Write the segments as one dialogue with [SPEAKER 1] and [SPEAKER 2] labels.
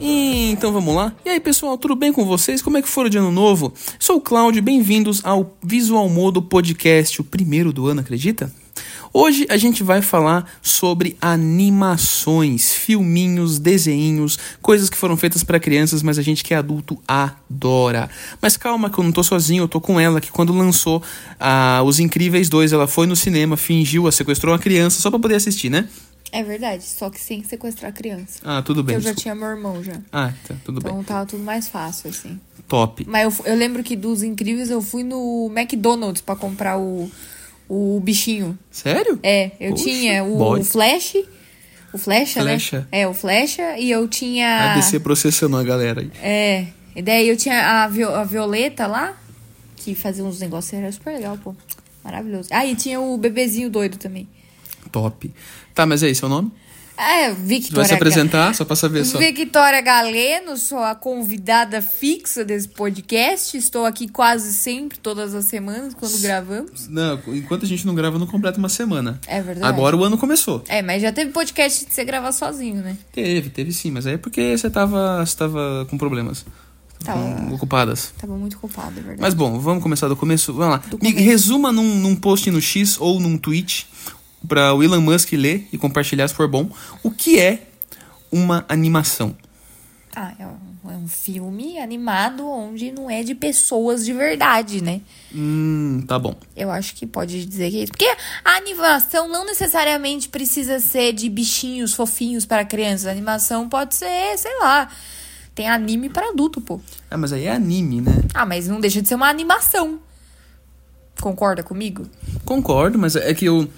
[SPEAKER 1] então vamos lá? E aí pessoal, tudo bem com vocês? Como é que foi o de ano novo? Sou o Cláudio, bem-vindos ao Visual Modo Podcast, o primeiro do ano, acredita? Hoje a gente vai falar sobre animações, filminhos, desenhos, coisas que foram feitas para crianças, mas a gente que é adulto adora. Mas calma que eu não tô sozinho, eu tô com ela que quando lançou ah, Os Incríveis 2, ela foi no cinema, fingiu, a sequestrou uma criança só para poder assistir, né?
[SPEAKER 2] É verdade, só que sem sequestrar a criança.
[SPEAKER 1] Ah, tudo bem.
[SPEAKER 2] eu já
[SPEAKER 1] desculpa.
[SPEAKER 2] tinha meu irmão já.
[SPEAKER 1] Ah, tá, tudo
[SPEAKER 2] Então
[SPEAKER 1] bem.
[SPEAKER 2] tava tudo mais fácil, assim.
[SPEAKER 1] Top.
[SPEAKER 2] Mas eu, eu lembro que dos incríveis eu fui no McDonald's pra comprar o, o bichinho.
[SPEAKER 1] Sério?
[SPEAKER 2] É, eu
[SPEAKER 1] Poxa,
[SPEAKER 2] tinha o,
[SPEAKER 1] boy.
[SPEAKER 2] o Flash. O Flecha,
[SPEAKER 1] Flecha.
[SPEAKER 2] né? É, o Flecha. E eu tinha.
[SPEAKER 1] A DC processando a galera aí.
[SPEAKER 2] É. E daí eu tinha a, Vio- a Violeta lá, que fazia uns negócios, era super legal, pô. Maravilhoso. Ah, e tinha o bebezinho doido também.
[SPEAKER 1] Top. Tá, mas é esse o nome?
[SPEAKER 2] É,
[SPEAKER 1] Você
[SPEAKER 2] Victoria.
[SPEAKER 1] vai se
[SPEAKER 2] Ga-
[SPEAKER 1] apresentar, só pra saber só.
[SPEAKER 2] Victoria Galeno, sou a convidada fixa desse podcast. Estou aqui quase sempre, todas as semanas, quando gravamos.
[SPEAKER 1] Não, enquanto a gente não grava, não completa uma semana.
[SPEAKER 2] É verdade.
[SPEAKER 1] Agora o ano começou.
[SPEAKER 2] É, mas já teve podcast de você gravar sozinho, né?
[SPEAKER 1] Teve, teve sim, mas aí é porque você tava, você tava com problemas.
[SPEAKER 2] Tava.
[SPEAKER 1] Com- ocupadas.
[SPEAKER 2] Tava muito culpado, é verdade.
[SPEAKER 1] Mas bom, vamos começar do começo. Vamos lá. Me
[SPEAKER 2] começo.
[SPEAKER 1] resuma num, num post no X ou num tweet pra o Elon Musk ler e compartilhar se for bom. O que é uma animação?
[SPEAKER 2] Ah, é um, é um filme animado onde não é de pessoas de verdade, né?
[SPEAKER 1] Hum, tá bom.
[SPEAKER 2] Eu acho que pode dizer que é isso. Porque a animação não necessariamente precisa ser de bichinhos fofinhos para crianças. A animação pode ser, sei lá. Tem anime para adulto, pô.
[SPEAKER 1] Ah, mas aí é anime, né?
[SPEAKER 2] Ah, mas não deixa de ser uma animação. Concorda comigo?
[SPEAKER 1] Concordo, mas é que eu,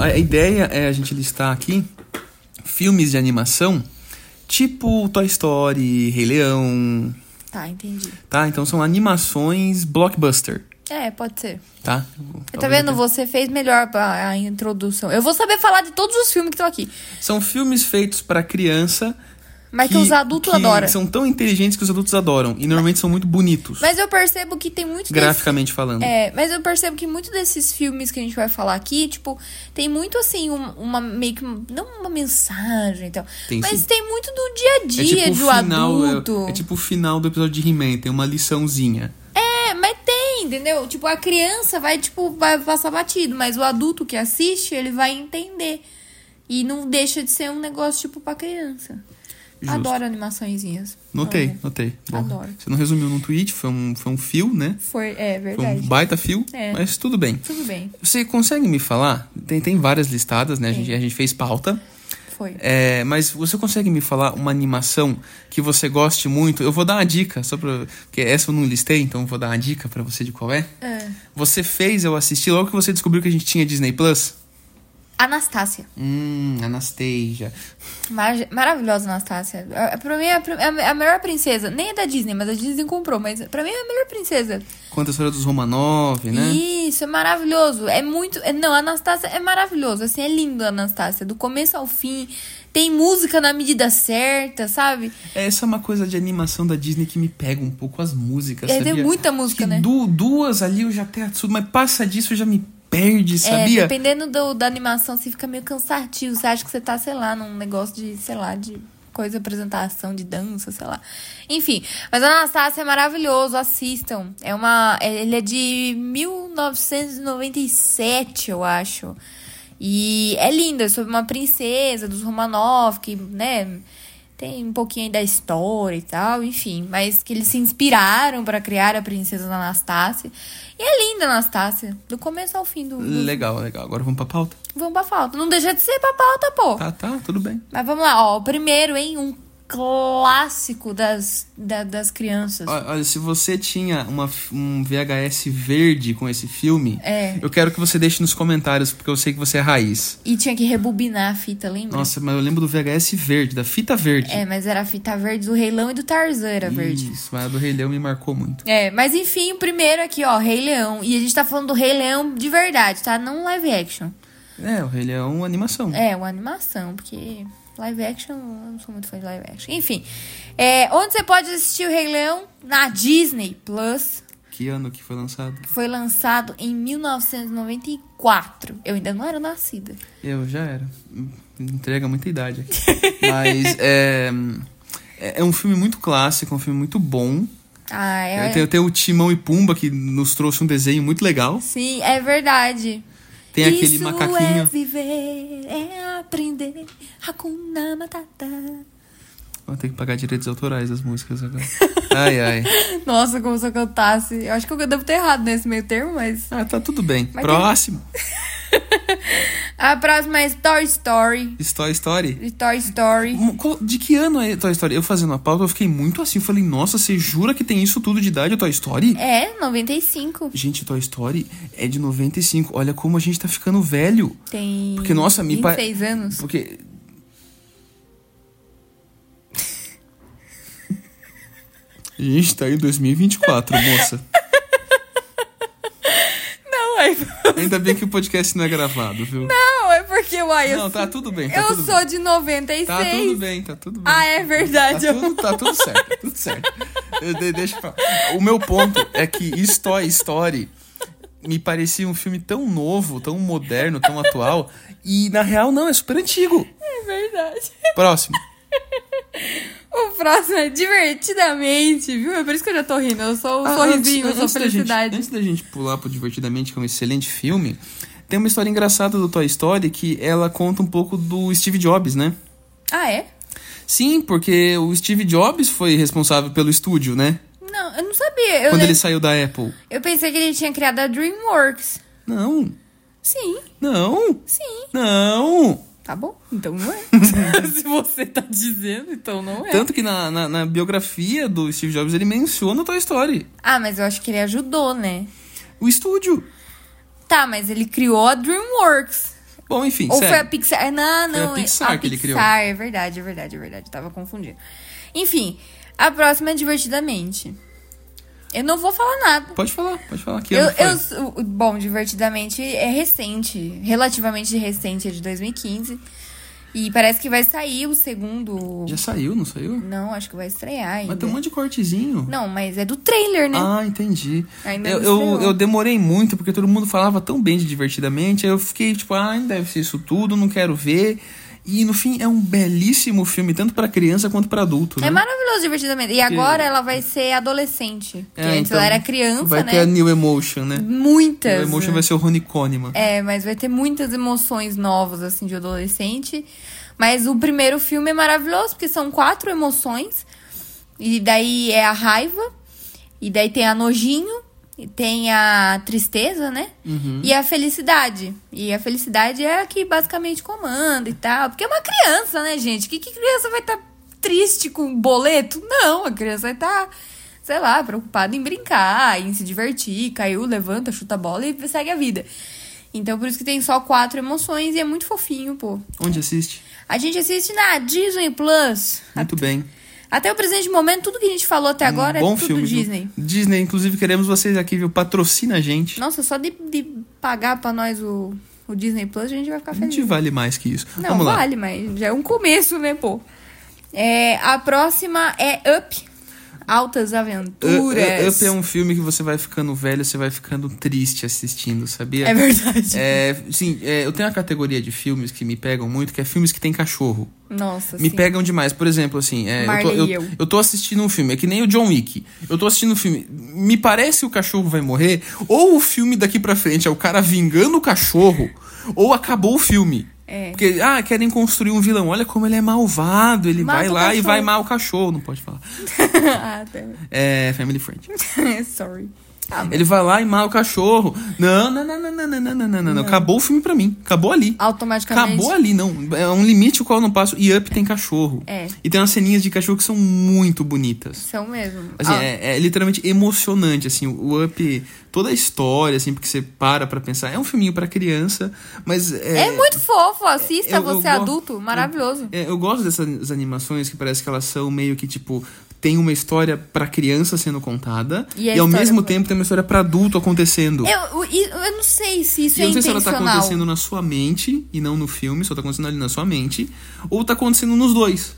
[SPEAKER 1] a ideia é a gente listar aqui filmes de animação tipo Toy Story, Rei Leão,
[SPEAKER 2] Tá, entendi.
[SPEAKER 1] tá? Então são animações blockbuster,
[SPEAKER 2] É, pode ser.
[SPEAKER 1] tá?
[SPEAKER 2] Eu tá vendo? Você fez melhor pra- a introdução. Eu vou saber falar de todos os filmes que estão aqui.
[SPEAKER 1] São filmes feitos pra criança,
[SPEAKER 2] Mas É que, os adultos
[SPEAKER 1] que
[SPEAKER 2] adoram.
[SPEAKER 1] São tão inteligentes que os adultos adoram e normalmente são muito bonitos,
[SPEAKER 2] Mas eu percebo que tem muitos desses-
[SPEAKER 1] graficamente falando.
[SPEAKER 2] É, mas eu percebo que muitos desses filmes que a gente vai falar aqui, tipo, tem muito assim, um- uma meio que. um- Não uma mensagem e tal.
[SPEAKER 1] Tem
[SPEAKER 2] mas
[SPEAKER 1] sim.
[SPEAKER 2] tem muito do dia a
[SPEAKER 1] É
[SPEAKER 2] dia,
[SPEAKER 1] o
[SPEAKER 2] do
[SPEAKER 1] final, é-
[SPEAKER 2] adulto.
[SPEAKER 1] é tipo o final do episódio de He-Man, tem uma liçãozinha.
[SPEAKER 2] É, mas tem, entendeu? Tipo, a criança vai, tipo, vai passar batido, mas o adulto que assiste, ele vai entender. E não deixa de ser um negócio, tipo, pra criança.
[SPEAKER 1] Justo.
[SPEAKER 2] Adoro animaçõezinhas.
[SPEAKER 1] Notei,
[SPEAKER 2] Olha.
[SPEAKER 1] notei. Bom,
[SPEAKER 2] Adoro.
[SPEAKER 1] Você não resumiu num tweet, foi um, foi um fio, né?
[SPEAKER 2] Foi, é
[SPEAKER 1] Foi
[SPEAKER 2] verdade.
[SPEAKER 1] um baita fio,
[SPEAKER 2] É.
[SPEAKER 1] mas tudo bem.
[SPEAKER 2] Tudo bem,
[SPEAKER 1] Você consegue me falar? Tem, tem várias listadas, né? A gente,
[SPEAKER 2] Tem.
[SPEAKER 1] a gente fez pauta.
[SPEAKER 2] foi.
[SPEAKER 1] É, mas você consegue me falar uma animação que você goste muito? Eu vou dar uma dica, só pra. Porque essa eu não listei, então eu vou dar uma dica pra você de qual é.
[SPEAKER 2] É.
[SPEAKER 1] Você fez eu assistir logo que você descobriu que a gente tinha Disney Plus?
[SPEAKER 2] Anastácia.
[SPEAKER 1] Hum, Anastasia.
[SPEAKER 2] Mar- maravilhosa Anastácia. A- Pra mim é a, prim- é a- é a melhor princesa. Nem é da Disney, mas a Disney comprou. Mas pra mim é a melhor princesa.
[SPEAKER 1] Conta a história dos Romanov, né?
[SPEAKER 2] Isso, é maravilhoso. É muito. é- Não, a Anastácia é maravilhoso. Assim, é lindo a Anastácia. Do começo ao fim. Tem música na medida certa, sabe?
[SPEAKER 1] Essa é uma coisa de animação da Disney que me pega um pouco as músicas,
[SPEAKER 2] É, tem
[SPEAKER 1] sabia?
[SPEAKER 2] muita música,
[SPEAKER 1] Acho que
[SPEAKER 2] né?
[SPEAKER 1] du- duas ali eu já até absurdo, mas passa disso já me perde,
[SPEAKER 2] É,
[SPEAKER 1] sabia?
[SPEAKER 2] dependendo do- da animação, você fica meio cansativo. Você acha que você tá, sei lá, num negócio de, sei lá, de coisa, apresentação, de dança, sei lá. Enfim, mas a Anastácia é maravilhoso, assistam. É uma. é- Ele é de 1997, eu acho. E é lindo, é sobre uma princesa dos Romanov, que, né, tem um pouquinho aí da história e tal, enfim, mas que eles se inspiraram pra criar a princesa da Anastácia. E é linda a Anastácia, do começo ao fim do, do
[SPEAKER 1] Legal, legal. Agora vamos pra pauta?
[SPEAKER 2] Vamos pra falta. Não deixa de ser pra pauta, pô.
[SPEAKER 1] Tá, tá, tudo bem.
[SPEAKER 2] Mas vamos lá, ó. O primeiro, hein? Um clássico das, da- das crianças.
[SPEAKER 1] Ó- Olha, se você tinha uma f- um VHS verde com esse filme,
[SPEAKER 2] É.
[SPEAKER 1] eu quero que você deixe nos comentários, porque eu sei que você é raiz.
[SPEAKER 2] E tinha que rebobinar a fita, lembra?
[SPEAKER 1] Nossa, mas eu lembro do VHS verde, da fita verde.
[SPEAKER 2] Hum. É, mas era a fita verde do Reilão e do Tarzan era verde.
[SPEAKER 1] Isso, mas a do Rei Leão me marcou muito.
[SPEAKER 2] É, mas enfim, o primeiro aqui, ó, Rei Leão. E a gente tá falando do Rei Leão de verdade, tá? Não live action.
[SPEAKER 1] É, o Rei Leão animação.
[SPEAKER 2] É, uma animação, porque live action, eu não sou muito fã de live action. Enfim, é, onde você pode assistir o Rei Leão? Na Disney Plus.
[SPEAKER 1] Que ano que foi lançado?
[SPEAKER 2] Foi lançado em 1994. Eu ainda não era nascida.
[SPEAKER 1] Eu já era. Entrega muita idade aqui. Mas é, é, é um filme muito clássico, um filme muito bom.
[SPEAKER 2] Ah,
[SPEAKER 1] É,
[SPEAKER 2] é.
[SPEAKER 1] Tem, tem o Timão e Pumba, que nos trouxe um desenho muito legal.
[SPEAKER 2] Sim, é verdade.
[SPEAKER 1] Tem aquele
[SPEAKER 2] Isso
[SPEAKER 1] macaquinho.
[SPEAKER 2] é viver, é aprender. Hakuna Matata.
[SPEAKER 1] Vou ter que pagar direitos autorais das músicas agora. ai, ai.
[SPEAKER 2] Nossa, como se eu cantasse. Eu acho que eu devo ter errado nesse meio termo, mas...
[SPEAKER 1] Ah, tá tudo bem.
[SPEAKER 2] Mas tem-
[SPEAKER 1] Próximo.
[SPEAKER 2] A próxima é Toy Story.
[SPEAKER 1] Toy Story.
[SPEAKER 2] De Toy Story.
[SPEAKER 1] Mo- qual- De que ano é Toy Story? Eu fazendo a pauta, eu fiquei muito assim. Eu falei, nossa, você jura que tem isso tudo de idade, Toy Story?
[SPEAKER 2] É, 95.
[SPEAKER 1] Gente, Toy Story é de 95. Olha como a gente tá ficando velho.
[SPEAKER 2] Tem.
[SPEAKER 1] Porque, nossa, me pa-
[SPEAKER 2] 26 anos.
[SPEAKER 1] Porque. A gente tá em 2024, moça.
[SPEAKER 2] Não, é,
[SPEAKER 1] Ainda bem que o podcast não é gravado, viu?
[SPEAKER 2] não, é porque, uai, eu,
[SPEAKER 1] Não, tá tudo bem. Tá
[SPEAKER 2] eu
[SPEAKER 1] tudo
[SPEAKER 2] sou
[SPEAKER 1] bem.
[SPEAKER 2] de 96.
[SPEAKER 1] Tá tudo bem, tá tudo bem.
[SPEAKER 2] Ah, é verdade.
[SPEAKER 1] Tá tudo, tá tudo certo, tá tudo certo. Eu de- deixa pra... O meu ponto é que isso Toy Story me parecia um filme tão novo, tão moderno, tão atual. E na real, não, é super antigo.
[SPEAKER 2] É verdade.
[SPEAKER 1] Próximo.
[SPEAKER 2] O próximo é divertidamente, viu? É por isso que eu já tô rindo. Eu sou o
[SPEAKER 1] Ah,
[SPEAKER 2] sorrisinho,
[SPEAKER 1] antes-
[SPEAKER 2] eu
[SPEAKER 1] antes
[SPEAKER 2] sou
[SPEAKER 1] da gente-
[SPEAKER 2] felicidade.
[SPEAKER 1] antes da gente pular pro Divertidamente, que é um excelente filme, tem uma história engraçada do Toy Story que ela conta um pouco do Steve Jobs, né?
[SPEAKER 2] Ah, é?
[SPEAKER 1] Sim, porque o Steve Jobs foi responsável pelo estúdio, né?
[SPEAKER 2] Não, eu não sabia. Eu,
[SPEAKER 1] Quando
[SPEAKER 2] lem-
[SPEAKER 1] ele saiu da Apple.
[SPEAKER 2] eu pensei que ele tinha criado a Dreamworks.
[SPEAKER 1] Não,
[SPEAKER 2] Sim,
[SPEAKER 1] não,
[SPEAKER 2] sim.
[SPEAKER 1] não.
[SPEAKER 2] Tá bom, então não é. Se você tá dizendo, então não é.
[SPEAKER 1] Tanto que na, na, na biografia do Steve Jobs ele menciona o Toy Story.
[SPEAKER 2] Ah, mas eu acho que ele ajudou, né?
[SPEAKER 1] O estúdio.
[SPEAKER 2] Tá, mas ele criou a DreamWorks.
[SPEAKER 1] Bom, enfim,
[SPEAKER 2] Ou foi a
[SPEAKER 1] sério.
[SPEAKER 2] Pixar? Não,
[SPEAKER 1] Foi a
[SPEAKER 2] não. é-
[SPEAKER 1] Pixar que ele criou.
[SPEAKER 2] Pixar, é verdade, é verdade, é verdade. Tava confundindo. Enfim, a próxima é Divertidamente. Eu não vou falar nada.
[SPEAKER 1] Pode falar, pode falar. Que
[SPEAKER 2] Eu,
[SPEAKER 1] ano foi?
[SPEAKER 2] eu sou- bom, Divertidamente é recente. Relativamente recente, é de 2015. E parece que vai sair o segundo...
[SPEAKER 1] Já saiu, não saiu?
[SPEAKER 2] Não, acho que vai estrear ainda.
[SPEAKER 1] Mas tem um monte de cortezinho.
[SPEAKER 2] Não, mas é do trailer, né?
[SPEAKER 1] Ah, entendi.
[SPEAKER 2] Ainda
[SPEAKER 1] Eu,
[SPEAKER 2] não
[SPEAKER 1] eu,
[SPEAKER 2] estreou.
[SPEAKER 1] eu demorei muito, porque todo mundo falava tão bem de divertidamente. Aí eu fiquei tipo, ah, deve ser isso tudo, não quero ver. E no fim é um belíssimo filme, tanto pra criança quanto pra adulto.
[SPEAKER 2] É
[SPEAKER 1] né?
[SPEAKER 2] maravilhoso Divertidamente. E agora ela vai ser adolescente. Porque
[SPEAKER 1] É,
[SPEAKER 2] antes
[SPEAKER 1] então,
[SPEAKER 2] ela era criança,
[SPEAKER 1] Vai
[SPEAKER 2] né?
[SPEAKER 1] ter a New Emotion, né?
[SPEAKER 2] Muitas.
[SPEAKER 1] New Emotion vai ser o Rony Coleman.
[SPEAKER 2] É, mas vai ter muitas emoções novas, assim, de adolescente. Mas o primeiro filme é maravilhoso, porque são quatro emoções. E daí é a raiva, e daí tem a nojinho, e tem a tristeza, né? E a felicidade. E a felicidade é a que basicamente comanda e tal. Porque é uma criança, né, gente? Que, que criança vai estar triste com boleto? Não, a criança vai estar, sei lá, preocupada em brincar, em se divertir. Caiu, levanta, chuta a bola e segue a vida. Então, por isso que tem só quatro emoções e é muito fofinho, pô.
[SPEAKER 1] Onde assiste?
[SPEAKER 2] A gente assiste na Disney Plus.
[SPEAKER 1] Muito bem.
[SPEAKER 2] Até o presente momento, tudo que a gente falou
[SPEAKER 1] Um
[SPEAKER 2] até agora é tudo
[SPEAKER 1] viu?
[SPEAKER 2] Disney.
[SPEAKER 1] Disney, inclusive, queremos vocês aqui, viu? Patrocina a gente.
[SPEAKER 2] Nossa, só de, de pagar pra nós o, o Disney Plus, a gente vai ficar
[SPEAKER 1] A gente
[SPEAKER 2] feliz.
[SPEAKER 1] vale mais que isso.
[SPEAKER 2] é Não,
[SPEAKER 1] Vamos lá.
[SPEAKER 2] vale, mas já é um começo, né, pô? É, a próxima é Up. Altas Aventuras.
[SPEAKER 1] U- U- Up é um filme que você vai ficando velho, você vai ficando triste assistindo, sabia?
[SPEAKER 2] É verdade.
[SPEAKER 1] É, sim, é, eu tenho uma categoria de filmes que me pegam muito, que é filmes que tem cachorro.
[SPEAKER 2] Nossa,
[SPEAKER 1] É. Me
[SPEAKER 2] sim.
[SPEAKER 1] pegam demais. Por exemplo, assim, é, eu, tô,
[SPEAKER 2] Marley e
[SPEAKER 1] eu-
[SPEAKER 2] eu.
[SPEAKER 1] eu tô assistindo um filme, é que nem o John Wick. Eu tô assistindo um filme, me parece que o cachorro vai morrer, ou o filme daqui pra frente é o cara vingando o cachorro, ou acabou o filme.
[SPEAKER 2] É.
[SPEAKER 1] Porque, ah, querem construir um vilão. Olha como ele é malvado. Ele
[SPEAKER 2] Mata
[SPEAKER 1] vai
[SPEAKER 2] o
[SPEAKER 1] lá e
[SPEAKER 2] cachorro.
[SPEAKER 1] vai mal o cachorro. Não pode falar.
[SPEAKER 2] ah, tá.
[SPEAKER 1] É, Family Friend.
[SPEAKER 2] Sorry. Ah,
[SPEAKER 1] Ele vai lá e mal o cachorro. Não, não, não, não, não, não, não, não, não, não. Acabou o filme pra mim. Acabou ali.
[SPEAKER 2] automaticamente.
[SPEAKER 1] Acabou ali, não. É um limite o qual eu não passo. E Up tem cachorro.
[SPEAKER 2] É.
[SPEAKER 1] E tem umas ceninhas de cachorro que são muito bonitas.
[SPEAKER 2] São mesmo.
[SPEAKER 1] Assim,
[SPEAKER 2] Ah,
[SPEAKER 1] é, é literalmente emocionante, assim, o Up, toda a história, assim, porque você para pra pensar, é um filminho pra criança, mas... É,
[SPEAKER 2] É muito fofo, assista
[SPEAKER 1] eu- eu
[SPEAKER 2] você
[SPEAKER 1] go-
[SPEAKER 2] adulto, maravilhoso.
[SPEAKER 1] é, eu gosto dessas animações que parece que elas são meio que, tipo, tem uma história pra criança sendo contada,
[SPEAKER 2] E
[SPEAKER 1] e,
[SPEAKER 2] a
[SPEAKER 1] ao
[SPEAKER 2] história
[SPEAKER 1] mesmo
[SPEAKER 2] pra-
[SPEAKER 1] tempo tem uma história pra adulto acontecendo.
[SPEAKER 2] Eu, eu, eu não sei se isso
[SPEAKER 1] E
[SPEAKER 2] é
[SPEAKER 1] eu não sei se ela tá
[SPEAKER 2] intencional.
[SPEAKER 1] acontecendo na sua mente e não no filme, só tá acontecendo ali na sua mente, ou tá acontecendo nos dois.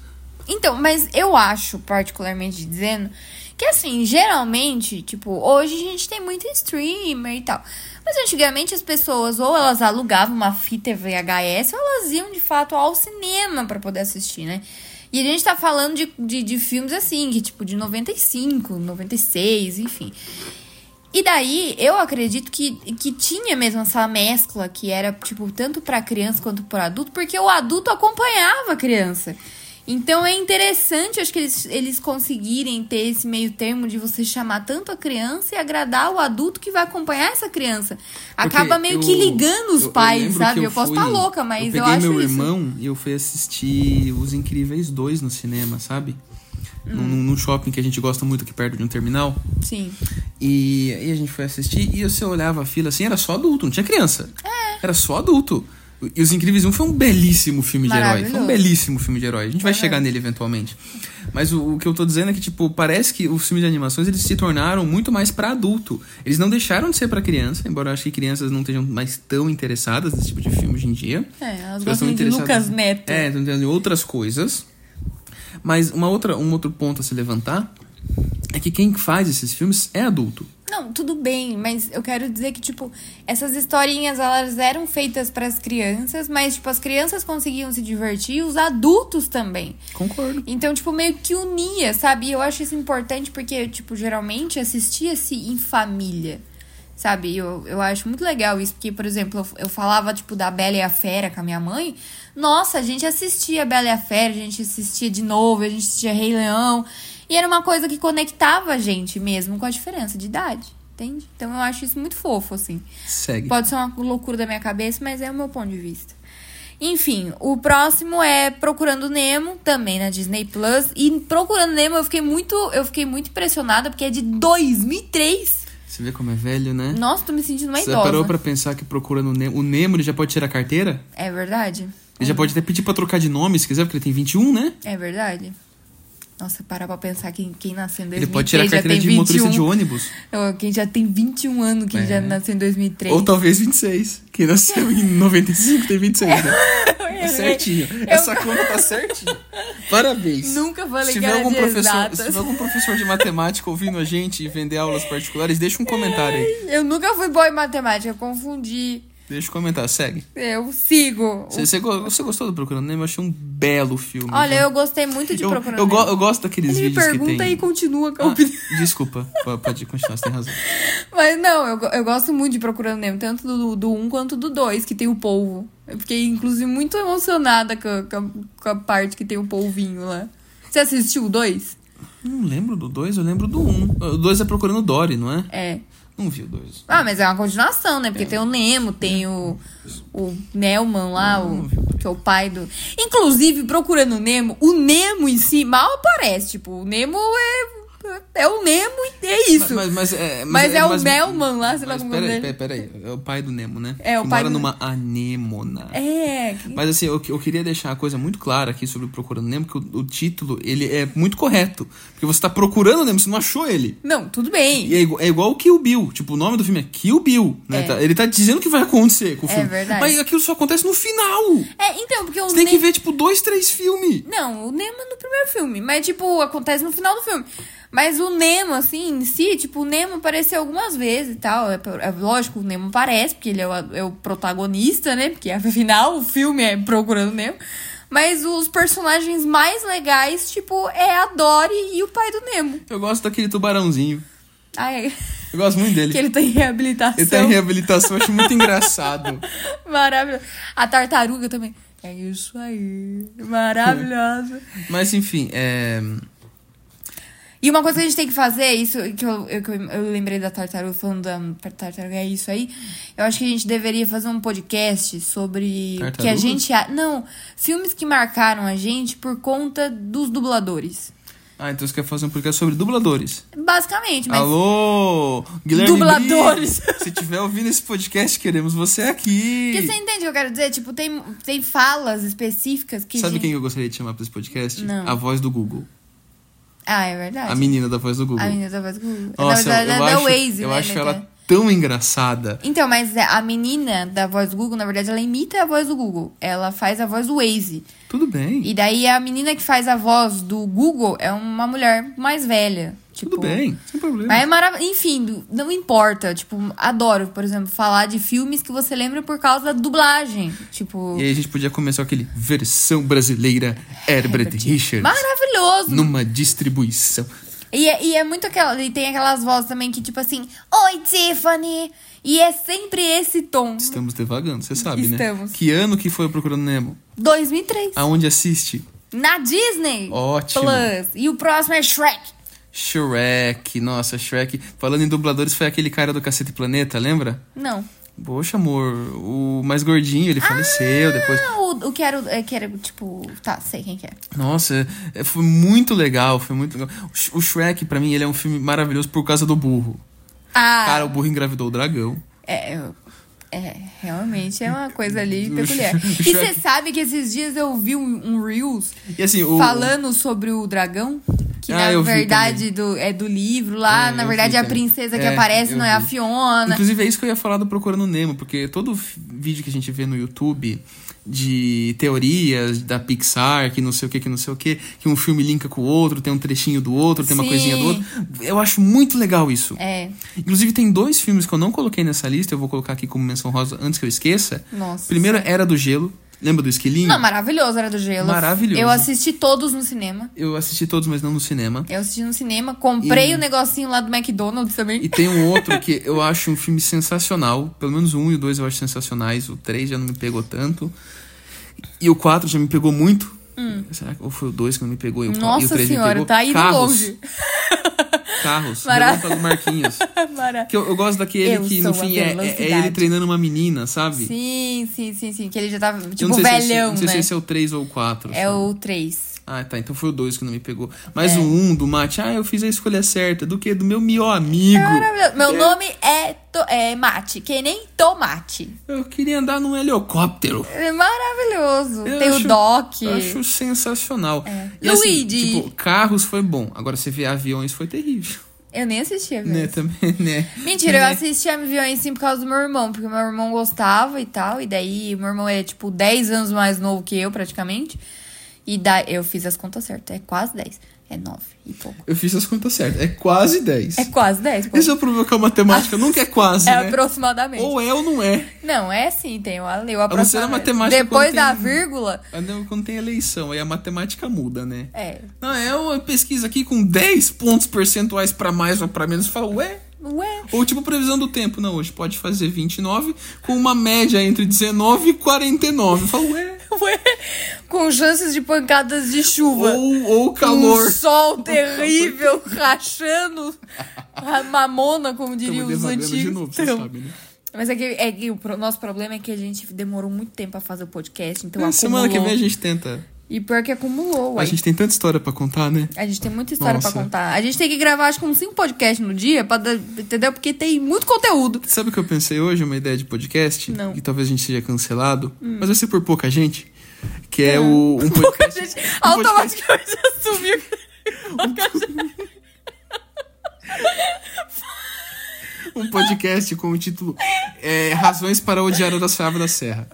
[SPEAKER 2] Então, mas eu acho, particularmente dizendo, que assim, geralmente, tipo, hoje a gente tem muito streamer e tal. Mas antigamente as pessoas ou elas alugavam uma fita VHS ou elas iam de fato ao cinema pra poder assistir, né? E E a gente tá falando de, de, de filmes assim, que tipo, de 95, 96, enfim. E daí, eu acredito que, que tinha mesmo essa mescla que era, tipo, tanto para criança quanto para adulto, porque o adulto acompanhava a criança. Então é interessante, acho que eles, eles conseguirem ter esse meio termo de você chamar tanto a criança e agradar o adulto que vai acompanhar essa criança. Acaba meio
[SPEAKER 1] eu-
[SPEAKER 2] que ligando os
[SPEAKER 1] eu- eu
[SPEAKER 2] pais,
[SPEAKER 1] lembro
[SPEAKER 2] sabe?
[SPEAKER 1] que
[SPEAKER 2] Eu, posso
[SPEAKER 1] fui-
[SPEAKER 2] estar louca, mas eu,
[SPEAKER 1] peguei
[SPEAKER 2] acho
[SPEAKER 1] meu
[SPEAKER 2] isso.
[SPEAKER 1] irmão e eu fui assistir Os Incríveis 2 no cinema, sabe? Num, num shopping que a gente gosta muito aqui perto de um terminal.
[SPEAKER 2] Sim.
[SPEAKER 1] E aí a gente foi assistir e você olhava a fila assim, era só adulto, não tinha criança. Era só adulto. E Os Incríveis 1 foi um belíssimo filme de herói. Foi um
[SPEAKER 2] Maravilhoso.
[SPEAKER 1] belíssimo filme de herói. A gente vai chegar nele eventualmente. Mas o, o que eu tô dizendo é que, tipo, parece que os filmes de animações eles se tornaram muito mais pra adulto. Eles não deixaram de ser pra criança, embora eu acho que crianças não estejam mais tão interessadas nesse tipo de filme hoje em dia.
[SPEAKER 2] É, elas
[SPEAKER 1] As pessoas
[SPEAKER 2] gostam
[SPEAKER 1] estão
[SPEAKER 2] de
[SPEAKER 1] interessadas-
[SPEAKER 2] Lucas Neto.
[SPEAKER 1] É, estão interessadas em outras coisas. Mas uma outra, um outro ponto a se levantar é que quem faz esses filmes é adulto.
[SPEAKER 2] Não, tudo bem, mas eu quero dizer que, tipo, essas historinhas, elas eram feitas para as crianças, mas, tipo, as crianças conseguiam se divertir e os adultos também.
[SPEAKER 1] Concordo.
[SPEAKER 2] Então, tipo, meio que unia, sabe? E eu acho isso importante porque, tipo, geralmente assistia-se em família. Sabe, eu, eu acho muito legal isso, porque, por exemplo, eu, eu falava, tipo, da Bela e a Fera com a minha mãe. Nossa, a gente assistia Bela e a Fera, a gente assistia de novo, a gente assistia Rei Leão. E era uma coisa que conectava a gente mesmo com a diferença de idade, entende? Então eu acho isso muito fofo, assim.
[SPEAKER 1] Segue.
[SPEAKER 2] Pode ser uma loucura da minha cabeça, mas é o meu ponto de vista. Enfim, o próximo é Procurando Nemo, também na Disney Plus. E Procurando Nemo eu fiquei muito, eu fiquei muito impressionada porque é de 2003.
[SPEAKER 1] Você vê como é velho, né?
[SPEAKER 2] Nossa, tô me sentindo uma
[SPEAKER 1] Você
[SPEAKER 2] é idosa.
[SPEAKER 1] parou pra pensar que procurando o Nemo, o Nemo ele já pode tirar a carteira?
[SPEAKER 2] É verdade?
[SPEAKER 1] Ele já pode até pedir pra trocar de nome, se quiser, porque ele tem 21, né?
[SPEAKER 2] É verdade. Nossa, parar pra pensar quem, quem nasceu em 2003
[SPEAKER 1] Ele pode tirar a
[SPEAKER 2] já
[SPEAKER 1] carteira
[SPEAKER 2] tem
[SPEAKER 1] de
[SPEAKER 2] 21.
[SPEAKER 1] motorista de ônibus.
[SPEAKER 2] Ou Quem já tem 21 anos, quem
[SPEAKER 1] É.
[SPEAKER 2] já nasceu em 2003.
[SPEAKER 1] Ou talvez 26. Quem nasceu em 95 tem 26, né?
[SPEAKER 2] Eu errei.
[SPEAKER 1] Tá certinho. Essa conta tá certinha. Parabéns.
[SPEAKER 2] Nunca falei
[SPEAKER 1] se
[SPEAKER 2] que
[SPEAKER 1] tiver
[SPEAKER 2] era
[SPEAKER 1] algum
[SPEAKER 2] de
[SPEAKER 1] professor,
[SPEAKER 2] exatas.
[SPEAKER 1] Se tiver algum professor de matemática ouvindo a gente e vender aulas particulares, deixa um comentário aí.
[SPEAKER 2] Eu nunca fui boa em matemática, eu confundi.
[SPEAKER 1] Deixa um comentário, segue.
[SPEAKER 2] Eu sigo.
[SPEAKER 1] Você, você go- você gostou do Procurando Nemo? Eu achei um belo filme.
[SPEAKER 2] Olha,
[SPEAKER 1] viu?
[SPEAKER 2] então. eu gostei muito de
[SPEAKER 1] eu,
[SPEAKER 2] Procurando
[SPEAKER 1] eu, go-
[SPEAKER 2] Nemo.
[SPEAKER 1] eu gosto daqueles
[SPEAKER 2] Ele me
[SPEAKER 1] vídeos que tem.
[SPEAKER 2] pergunta e continua com a
[SPEAKER 1] Ah,
[SPEAKER 2] opinião.
[SPEAKER 1] desculpa, Po- pode continuar, você tem razão.
[SPEAKER 2] Mas não, eu, go- eu gosto muito de Procurando Nemo, tanto do, do 1 quanto do 2, que tem o polvo. Eu fiquei, inclusive, muito emocionada com, a- com a, com a parte que tem o polvinho lá. Você assistiu o 2?
[SPEAKER 1] Não lembro do 2, eu lembro do 1. Um. O 2 é procurando Dory, não é?
[SPEAKER 2] É.
[SPEAKER 1] Não vi o 2.
[SPEAKER 2] Ah, mas é uma continuação, né? Porque tem o Nemo,
[SPEAKER 1] É.
[SPEAKER 2] tem o, o Nelman
[SPEAKER 1] Ah,
[SPEAKER 2] lá, o, que é o pai do. Inclusive, procurando o Nemo, o Nemo em si mal aparece. Tipo, o Nemo é. É o Nemo e é isso.
[SPEAKER 1] Mas, mas, é,
[SPEAKER 2] Mas é o Melman lá, sei lá
[SPEAKER 1] mas
[SPEAKER 2] como é o
[SPEAKER 1] peraí,
[SPEAKER 2] nome
[SPEAKER 1] peraí,
[SPEAKER 2] dele.
[SPEAKER 1] peraí. É o pai do Nemo, né?
[SPEAKER 2] É, o
[SPEAKER 1] que
[SPEAKER 2] pai
[SPEAKER 1] mora
[SPEAKER 2] do-
[SPEAKER 1] numa anêmona.
[SPEAKER 2] É. que-
[SPEAKER 1] Mas assim, eu, eu queria deixar a coisa muito clara aqui sobre o Procurando Nemo, que o, o título, ele é muito correto. Porque você tá procurando o Nemo, você não achou ele.
[SPEAKER 2] Não, tudo bem.
[SPEAKER 1] E é igual, é igual o Kill Bill. Tipo, o nome do filme é Kill Bill, né?
[SPEAKER 2] É.
[SPEAKER 1] Tá- ele tá dizendo que vai acontecer com o
[SPEAKER 2] É
[SPEAKER 1] filme.
[SPEAKER 2] verdade.
[SPEAKER 1] Mas aquilo só acontece no final.
[SPEAKER 2] É, então, porque o
[SPEAKER 1] Você tem
[SPEAKER 2] Nemo.
[SPEAKER 1] que ver, tipo, dois, três filmes.
[SPEAKER 2] Não, o Nemo é no primeiro filme. Mas, tipo, acontece no final do filme. Mas o Nemo, assim, em si, tipo, o Nemo apareceu algumas vezes e tal. É, é lógico, o Nemo aparece, porque ele é o, é o protagonista, né? Porque afinal o filme é procurando o Nemo. Mas os personagens mais legais, tipo, é a Dory e o pai do Nemo.
[SPEAKER 1] Eu gosto daquele tubarãozinho.
[SPEAKER 2] Ai,
[SPEAKER 1] Eu gosto muito dele.
[SPEAKER 2] que ele tem reabilitação.
[SPEAKER 1] Ele tá em reabilitação, eu acho muito engraçado.
[SPEAKER 2] Maravilhoso. A tartaruga também. É isso aí. Maravilhosa.
[SPEAKER 1] Mas enfim, é.
[SPEAKER 2] E uma coisa que a gente tem que fazer, isso que eu, eu, que eu- eu lembrei da tartaruga, falando da tartaruga, é isso aí. Eu acho que a gente deveria fazer um podcast sobre o que a
[SPEAKER 1] Tartarugas?
[SPEAKER 2] gente. a- Não, filmes que marcaram a gente por conta dos dubladores.
[SPEAKER 1] Ah, então você quer fazer um podcast sobre dubladores.
[SPEAKER 2] Basicamente, mas.
[SPEAKER 1] Alô, Guilherme
[SPEAKER 2] Dubladores.
[SPEAKER 1] Briggs, se tiver ouvindo esse podcast, queremos você aqui.
[SPEAKER 2] Porque você entende o que eu quero dizer? Tipo, tem, tem falas específicas que.
[SPEAKER 1] Sabe
[SPEAKER 2] a gente...
[SPEAKER 1] quem eu gostaria de chamar pra esse podcast?
[SPEAKER 2] Não.
[SPEAKER 1] A voz do Google.
[SPEAKER 2] Ah, é verdade.
[SPEAKER 1] A menina da voz do Google.
[SPEAKER 2] A menina da voz Google.
[SPEAKER 1] Nossa,
[SPEAKER 2] Na verdade,
[SPEAKER 1] eu, eu
[SPEAKER 2] ela é da
[SPEAKER 1] acho,
[SPEAKER 2] Waze,
[SPEAKER 1] eu
[SPEAKER 2] né?
[SPEAKER 1] acho
[SPEAKER 2] né,
[SPEAKER 1] ela
[SPEAKER 2] cara?
[SPEAKER 1] tão engraçada.
[SPEAKER 2] Então, mas a menina da voz do Google, na verdade, ela imita a voz do Google. Ela faz a voz do Waze.
[SPEAKER 1] Tudo bem.
[SPEAKER 2] E daí a menina que faz a voz do Google é uma mulher mais velha. Tipo,
[SPEAKER 1] Tudo bem, sem problema.
[SPEAKER 2] Mas é maravilhoso. Enfim, do- não importa. Tipo, adoro, por exemplo, falar de filmes que você lembra por causa da dublagem. Tipo,
[SPEAKER 1] E aí a gente podia começar aquele versão brasileira Herbert Richards.
[SPEAKER 2] maravilhoso.
[SPEAKER 1] Numa distribuição.
[SPEAKER 2] E, é- e é muito aquela. E tem aquelas vozes também que, tipo assim, Oi, Tiffany! E é sempre esse tom.
[SPEAKER 1] Estamos devagando, você sabe,
[SPEAKER 2] Estamos.
[SPEAKER 1] né? Que ano que foi o Procurando Nemo?
[SPEAKER 2] 2003.
[SPEAKER 1] Aonde assiste?
[SPEAKER 2] Na Disney.
[SPEAKER 1] Ótimo.
[SPEAKER 2] Plus. E o próximo é Shrek.
[SPEAKER 1] Shrek. Nossa, Shrek. Falando em dubladores, foi aquele cara do Cacete Planeta, lembra?
[SPEAKER 2] Não.
[SPEAKER 1] Poxa, amor, o mais gordinho, ele faleceu depois.
[SPEAKER 2] Ah, o, o que era, o- é, que era, tipo. Tá, sei quem que é.
[SPEAKER 1] Nossa, é- foi muito legal, foi muito legal. O Sh- O Shrek, pra mim, ele é um filme maravilhoso por causa do burro.
[SPEAKER 2] Ah,
[SPEAKER 1] Cara, o burro engravidou o dragão.
[SPEAKER 2] é. eu- É, realmente é uma coisa ali peculiar.
[SPEAKER 1] O
[SPEAKER 2] E você
[SPEAKER 1] Shrek-
[SPEAKER 2] sabe que esses dias eu vi um, um Reels
[SPEAKER 1] E assim, o...
[SPEAKER 2] falando sobre o dragão? Que
[SPEAKER 1] Ah,
[SPEAKER 2] na
[SPEAKER 1] eu vi
[SPEAKER 2] verdade do, é do livro lá,
[SPEAKER 1] É,
[SPEAKER 2] na
[SPEAKER 1] eu
[SPEAKER 2] verdade
[SPEAKER 1] vi
[SPEAKER 2] é a
[SPEAKER 1] também.
[SPEAKER 2] princesa que
[SPEAKER 1] É,
[SPEAKER 2] aparece
[SPEAKER 1] eu
[SPEAKER 2] não é a
[SPEAKER 1] vi.
[SPEAKER 2] Fiona.
[SPEAKER 1] Inclusive, é isso que eu ia falar do Procurando Nemo, porque todo f- vídeo que a gente vê no YouTube de teorias da Pixar, que não sei o que, que não sei o que, que um filme linka com o outro, tem um trechinho do outro, tem uma
[SPEAKER 2] Sim.
[SPEAKER 1] coisinha do outro. Eu acho muito legal isso.
[SPEAKER 2] É,
[SPEAKER 1] Inclusive, tem dois filmes que eu não coloquei nessa lista, eu vou colocar aqui como menção rosa antes que eu esqueça.
[SPEAKER 2] nossa.
[SPEAKER 1] Primeiro, Era do Gelo. Lembra do esquilinho?
[SPEAKER 2] Não, maravilhoso, era do gelo.
[SPEAKER 1] Maravilhoso.
[SPEAKER 2] Eu assisti todos no cinema.
[SPEAKER 1] Eu assisti todos, mas não no cinema.
[SPEAKER 2] Eu assisti no cinema, comprei
[SPEAKER 1] E-
[SPEAKER 2] o negocinho lá do McDonald's também.
[SPEAKER 1] E tem um outro que eu acho um filme sensacional. Pelo menos o um e o dois eu acho sensacionais. O três já não me pegou tanto. E o quatro já me pegou muito. Será que ou foi o dois que não me pegou? E o, qua- e o
[SPEAKER 2] Hum. Nossa
[SPEAKER 1] três me
[SPEAKER 2] senhora,
[SPEAKER 1] pegou.
[SPEAKER 2] tá indo
[SPEAKER 1] Carros,
[SPEAKER 2] longe.
[SPEAKER 1] Carros.
[SPEAKER 2] Mara-
[SPEAKER 1] Relâmpago Marquinhos.
[SPEAKER 2] Mara-
[SPEAKER 1] Que eu, eu gosto daquele
[SPEAKER 2] Eu
[SPEAKER 1] que, no
[SPEAKER 2] sou a
[SPEAKER 1] fim, é- é, é ele
[SPEAKER 2] velocidade.
[SPEAKER 1] treinando uma menina, sabe?
[SPEAKER 2] Sim, sim, sim, sim. Que ele já tava,
[SPEAKER 1] Eu
[SPEAKER 2] tipo,
[SPEAKER 1] não sei se esse-
[SPEAKER 2] velhão,
[SPEAKER 1] não sei se
[SPEAKER 2] né?
[SPEAKER 1] esse é o três ou o quatro.
[SPEAKER 2] É
[SPEAKER 1] sabe?
[SPEAKER 2] o É. 3.
[SPEAKER 1] Ah, tá. Então foi o dois que não me pegou. Mas o um do Mate, ah, eu fiz a escolha certa. Do que? Do meu mio amigo.
[SPEAKER 2] Meu nome é, to- é Mate, que nem tomate.
[SPEAKER 1] Eu queria andar num helicóptero.
[SPEAKER 2] É maravilhoso.
[SPEAKER 1] Eu
[SPEAKER 2] Tem
[SPEAKER 1] acho-
[SPEAKER 2] o Doc.
[SPEAKER 1] Eu acho sensacional. E
[SPEAKER 2] É. Luigi.
[SPEAKER 1] Assim, tipo, carros foi bom. Agora você vê aviões foi terrível.
[SPEAKER 2] Eu nem assisti a
[SPEAKER 1] Né,
[SPEAKER 2] vez.
[SPEAKER 1] também, né?
[SPEAKER 2] Mentira, eu
[SPEAKER 1] Né?
[SPEAKER 2] assisti a Aviões sim por causa do meu irmão, porque meu irmão gostava e tal. E daí, meu irmão é tipo 10 anos mais novo que eu, praticamente. E daí, eu fiz as contas certas. É quase 10. É 9 e pouco.
[SPEAKER 1] Eu fiz as contas certas. É quase 10.
[SPEAKER 2] É quase 10. pô.
[SPEAKER 1] Esse é o problema com a matemática. Nunca é quase,
[SPEAKER 2] É
[SPEAKER 1] né?
[SPEAKER 2] aproximadamente.
[SPEAKER 1] Ou é ou não é.
[SPEAKER 2] Não, é assim, tem o ale, o
[SPEAKER 1] não ser a
[SPEAKER 2] aproximadamente.
[SPEAKER 1] matemática
[SPEAKER 2] Depois
[SPEAKER 1] quando
[SPEAKER 2] da
[SPEAKER 1] tem-
[SPEAKER 2] vírgula,
[SPEAKER 1] Ah, não, Quando tem eleição, aí a matemática muda, né?
[SPEAKER 2] é.
[SPEAKER 1] Não, é uma pesquisa aqui com 10 pontos percentuais pra mais ou pra menos. Você fala, ué?
[SPEAKER 2] Ué.
[SPEAKER 1] Ou tipo previsão do tempo. Não, hoje pode fazer 29 com uma média entre 19 e 49. Eu falo, ué?
[SPEAKER 2] Ué, com chances de pancadas de chuva.
[SPEAKER 1] Ou, ou
[SPEAKER 2] Um
[SPEAKER 1] Uh, calor.
[SPEAKER 2] sol terrível rachando a mamona, como
[SPEAKER 1] Tamo
[SPEAKER 2] diriam os
[SPEAKER 1] devagando
[SPEAKER 2] antigos.
[SPEAKER 1] de novo, você
[SPEAKER 2] Então,
[SPEAKER 1] sabe, né?
[SPEAKER 2] Mas é que, é que o pro- nosso problema é que a gente demorou muito tempo pra fazer o podcast, então
[SPEAKER 1] Na
[SPEAKER 2] acumulou.
[SPEAKER 1] semana que vem a gente tenta.
[SPEAKER 2] E pior que acumulou, ué.
[SPEAKER 1] A gente tem tanta história pra contar, né?
[SPEAKER 2] tem muita história pra
[SPEAKER 1] Nossa.
[SPEAKER 2] contar. A gente tem que gravar, acho que uns cinco podcasts no dia, pra dar- entendeu? Porque tem muito conteúdo.
[SPEAKER 1] Sabe o que eu pensei hoje? Uma ideia de podcast?
[SPEAKER 2] Não. Hum.
[SPEAKER 1] Que talvez a gente seja cancelado. Mas vai ser por pouca gente. Que é o, um podcast.
[SPEAKER 2] A gente
[SPEAKER 1] Um
[SPEAKER 2] automaticamente assumiu.
[SPEAKER 1] Um podcast com o título é, Razões para Odiar a da Sávia da Serra.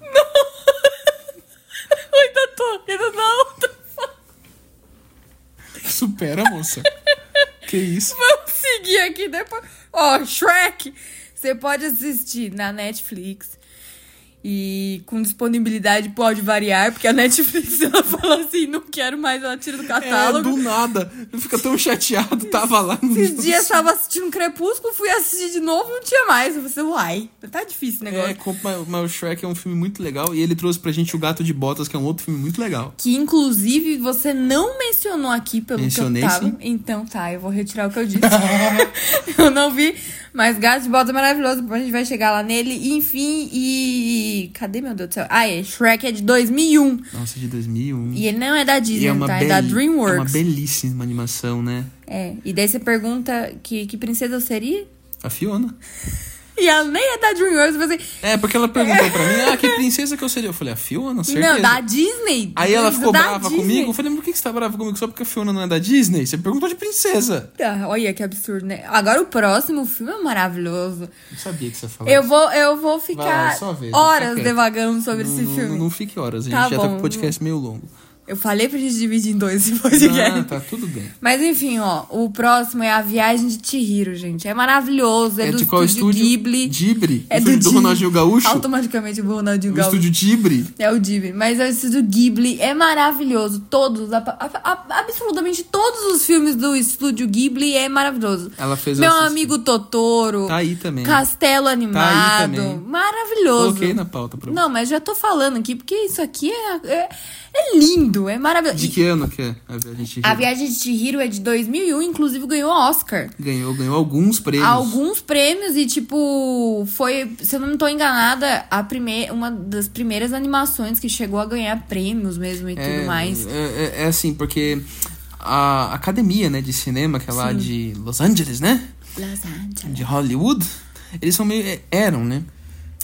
[SPEAKER 2] Eu ainda tô, ainda não.
[SPEAKER 1] Supera, moça. Que isso?
[SPEAKER 2] Vamos seguir aqui depois. Ó, Shrek, você pode assistir na Netflix. E com disponibilidade pode variar, porque a Netflix ela fala assim: não quero mais, ela tira do
[SPEAKER 1] É, do
[SPEAKER 2] catálogo.
[SPEAKER 1] nada. Eu fico tão chateado. Tava lá no.
[SPEAKER 2] Esses dias eu tava assistindo Crepúsculo, fui assistir de novo não tinha mais. Eu falei, uai, tá difícil o negócio.
[SPEAKER 1] É, com- mas- mas o Shrek é um filme muito legal e ele trouxe pra gente o Gato de Botas, que é um outro filme muito legal.
[SPEAKER 2] Que inclusive você não mencionou aqui pelo
[SPEAKER 1] Mencionei,
[SPEAKER 2] que eu tava.
[SPEAKER 1] sim.
[SPEAKER 2] Então tá, eu vou retirar o que eu disse. eu não vi, mas Gato de Botas é maravilhoso. A gente vai chegar lá nele. Enfim, e. Cadê meu Deus do céu? Ah, é. Shrek é de 2001.
[SPEAKER 1] Nossa, de 2001.
[SPEAKER 2] E ele não é da Disney, tá? É
[SPEAKER 1] beli- É
[SPEAKER 2] da
[SPEAKER 1] uma
[SPEAKER 2] Dreamworks. É,
[SPEAKER 1] belíssima animação, né?
[SPEAKER 2] E daí você pergunta que, que princesa eu seria?
[SPEAKER 1] A Fiona.
[SPEAKER 2] E ela nem é da Dreamworks. Você...
[SPEAKER 1] É, porque ela perguntou pra mim, ah, que princesa que eu seria? Eu falei, a Fiona, certeza.
[SPEAKER 2] Não, da Disney.
[SPEAKER 1] Aí ela ficou
[SPEAKER 2] da
[SPEAKER 1] brava
[SPEAKER 2] Disney.
[SPEAKER 1] comigo. Eu falei, mas por que que você tá brava comigo? Só porque a Fiona não é da Disney? Você perguntou de princesa.
[SPEAKER 2] Tá, Olha que absurdo, né? Agora o próximo filme é maravilhoso.
[SPEAKER 1] Não sabia que você falava.
[SPEAKER 2] Eu vou, eu vou
[SPEAKER 1] Vai é lá,
[SPEAKER 2] ficar
[SPEAKER 1] só vê, não
[SPEAKER 2] horas
[SPEAKER 1] fica quieto.
[SPEAKER 2] devagando sobre
[SPEAKER 1] não,
[SPEAKER 2] esse
[SPEAKER 1] não-
[SPEAKER 2] filme.
[SPEAKER 1] Não, não fique horas, a gente
[SPEAKER 2] Tá
[SPEAKER 1] já tá
[SPEAKER 2] bom.
[SPEAKER 1] com o podcast meio longo.
[SPEAKER 2] Eu falei pra gente dividir em dois esse é podcast.
[SPEAKER 1] Ah, tá tudo bem.
[SPEAKER 2] Mas enfim, ó, o próximo é a viagem de Chihiro, gente. É maravilhoso, é, do estúdio, Ghibli.
[SPEAKER 1] Ghibli?
[SPEAKER 2] É
[SPEAKER 1] do, estúdio do
[SPEAKER 2] Ghibli.
[SPEAKER 1] Ronaldinho Gaúcho?
[SPEAKER 2] Automaticamente o Ronaldinho
[SPEAKER 1] O
[SPEAKER 2] Gaúcho.
[SPEAKER 1] estúdio Ghibli?
[SPEAKER 2] É o Ghibli, mas é o estúdio Ghibli, é maravilhoso. Todos, a- a- a- absolutamente todos os filmes do estúdio Ghibli é maravilhoso.
[SPEAKER 1] Ela fez eu
[SPEAKER 2] Meu
[SPEAKER 1] assistir.
[SPEAKER 2] amigo Totoro,
[SPEAKER 1] Tá aí também.
[SPEAKER 2] Castelo Animado,
[SPEAKER 1] também.
[SPEAKER 2] maravilhoso.
[SPEAKER 1] Coloquei na pauta pra
[SPEAKER 2] Não, mas já tô falando aqui, porque isso aqui é, é, é lindo, é maravilhoso.
[SPEAKER 1] De
[SPEAKER 2] E
[SPEAKER 1] que ano que é a viagem de
[SPEAKER 2] A
[SPEAKER 1] Chihiro?
[SPEAKER 2] Viagem de Chihiro é de 2001, inclusive ganhou Oscar.
[SPEAKER 1] Ganhou, ganhou alguns prêmios.
[SPEAKER 2] Alguns prêmios e, tipo, foi, se eu não tô enganada, a prime uma das primeiras animações que chegou a ganhar prêmios mesmo e tudo mais.
[SPEAKER 1] É, é- é assim, porque a academia né, de cinema, que é lá de Los Angeles, né?
[SPEAKER 2] Los Angeles.
[SPEAKER 1] De Hollywood, eles são meio. é- eram, né?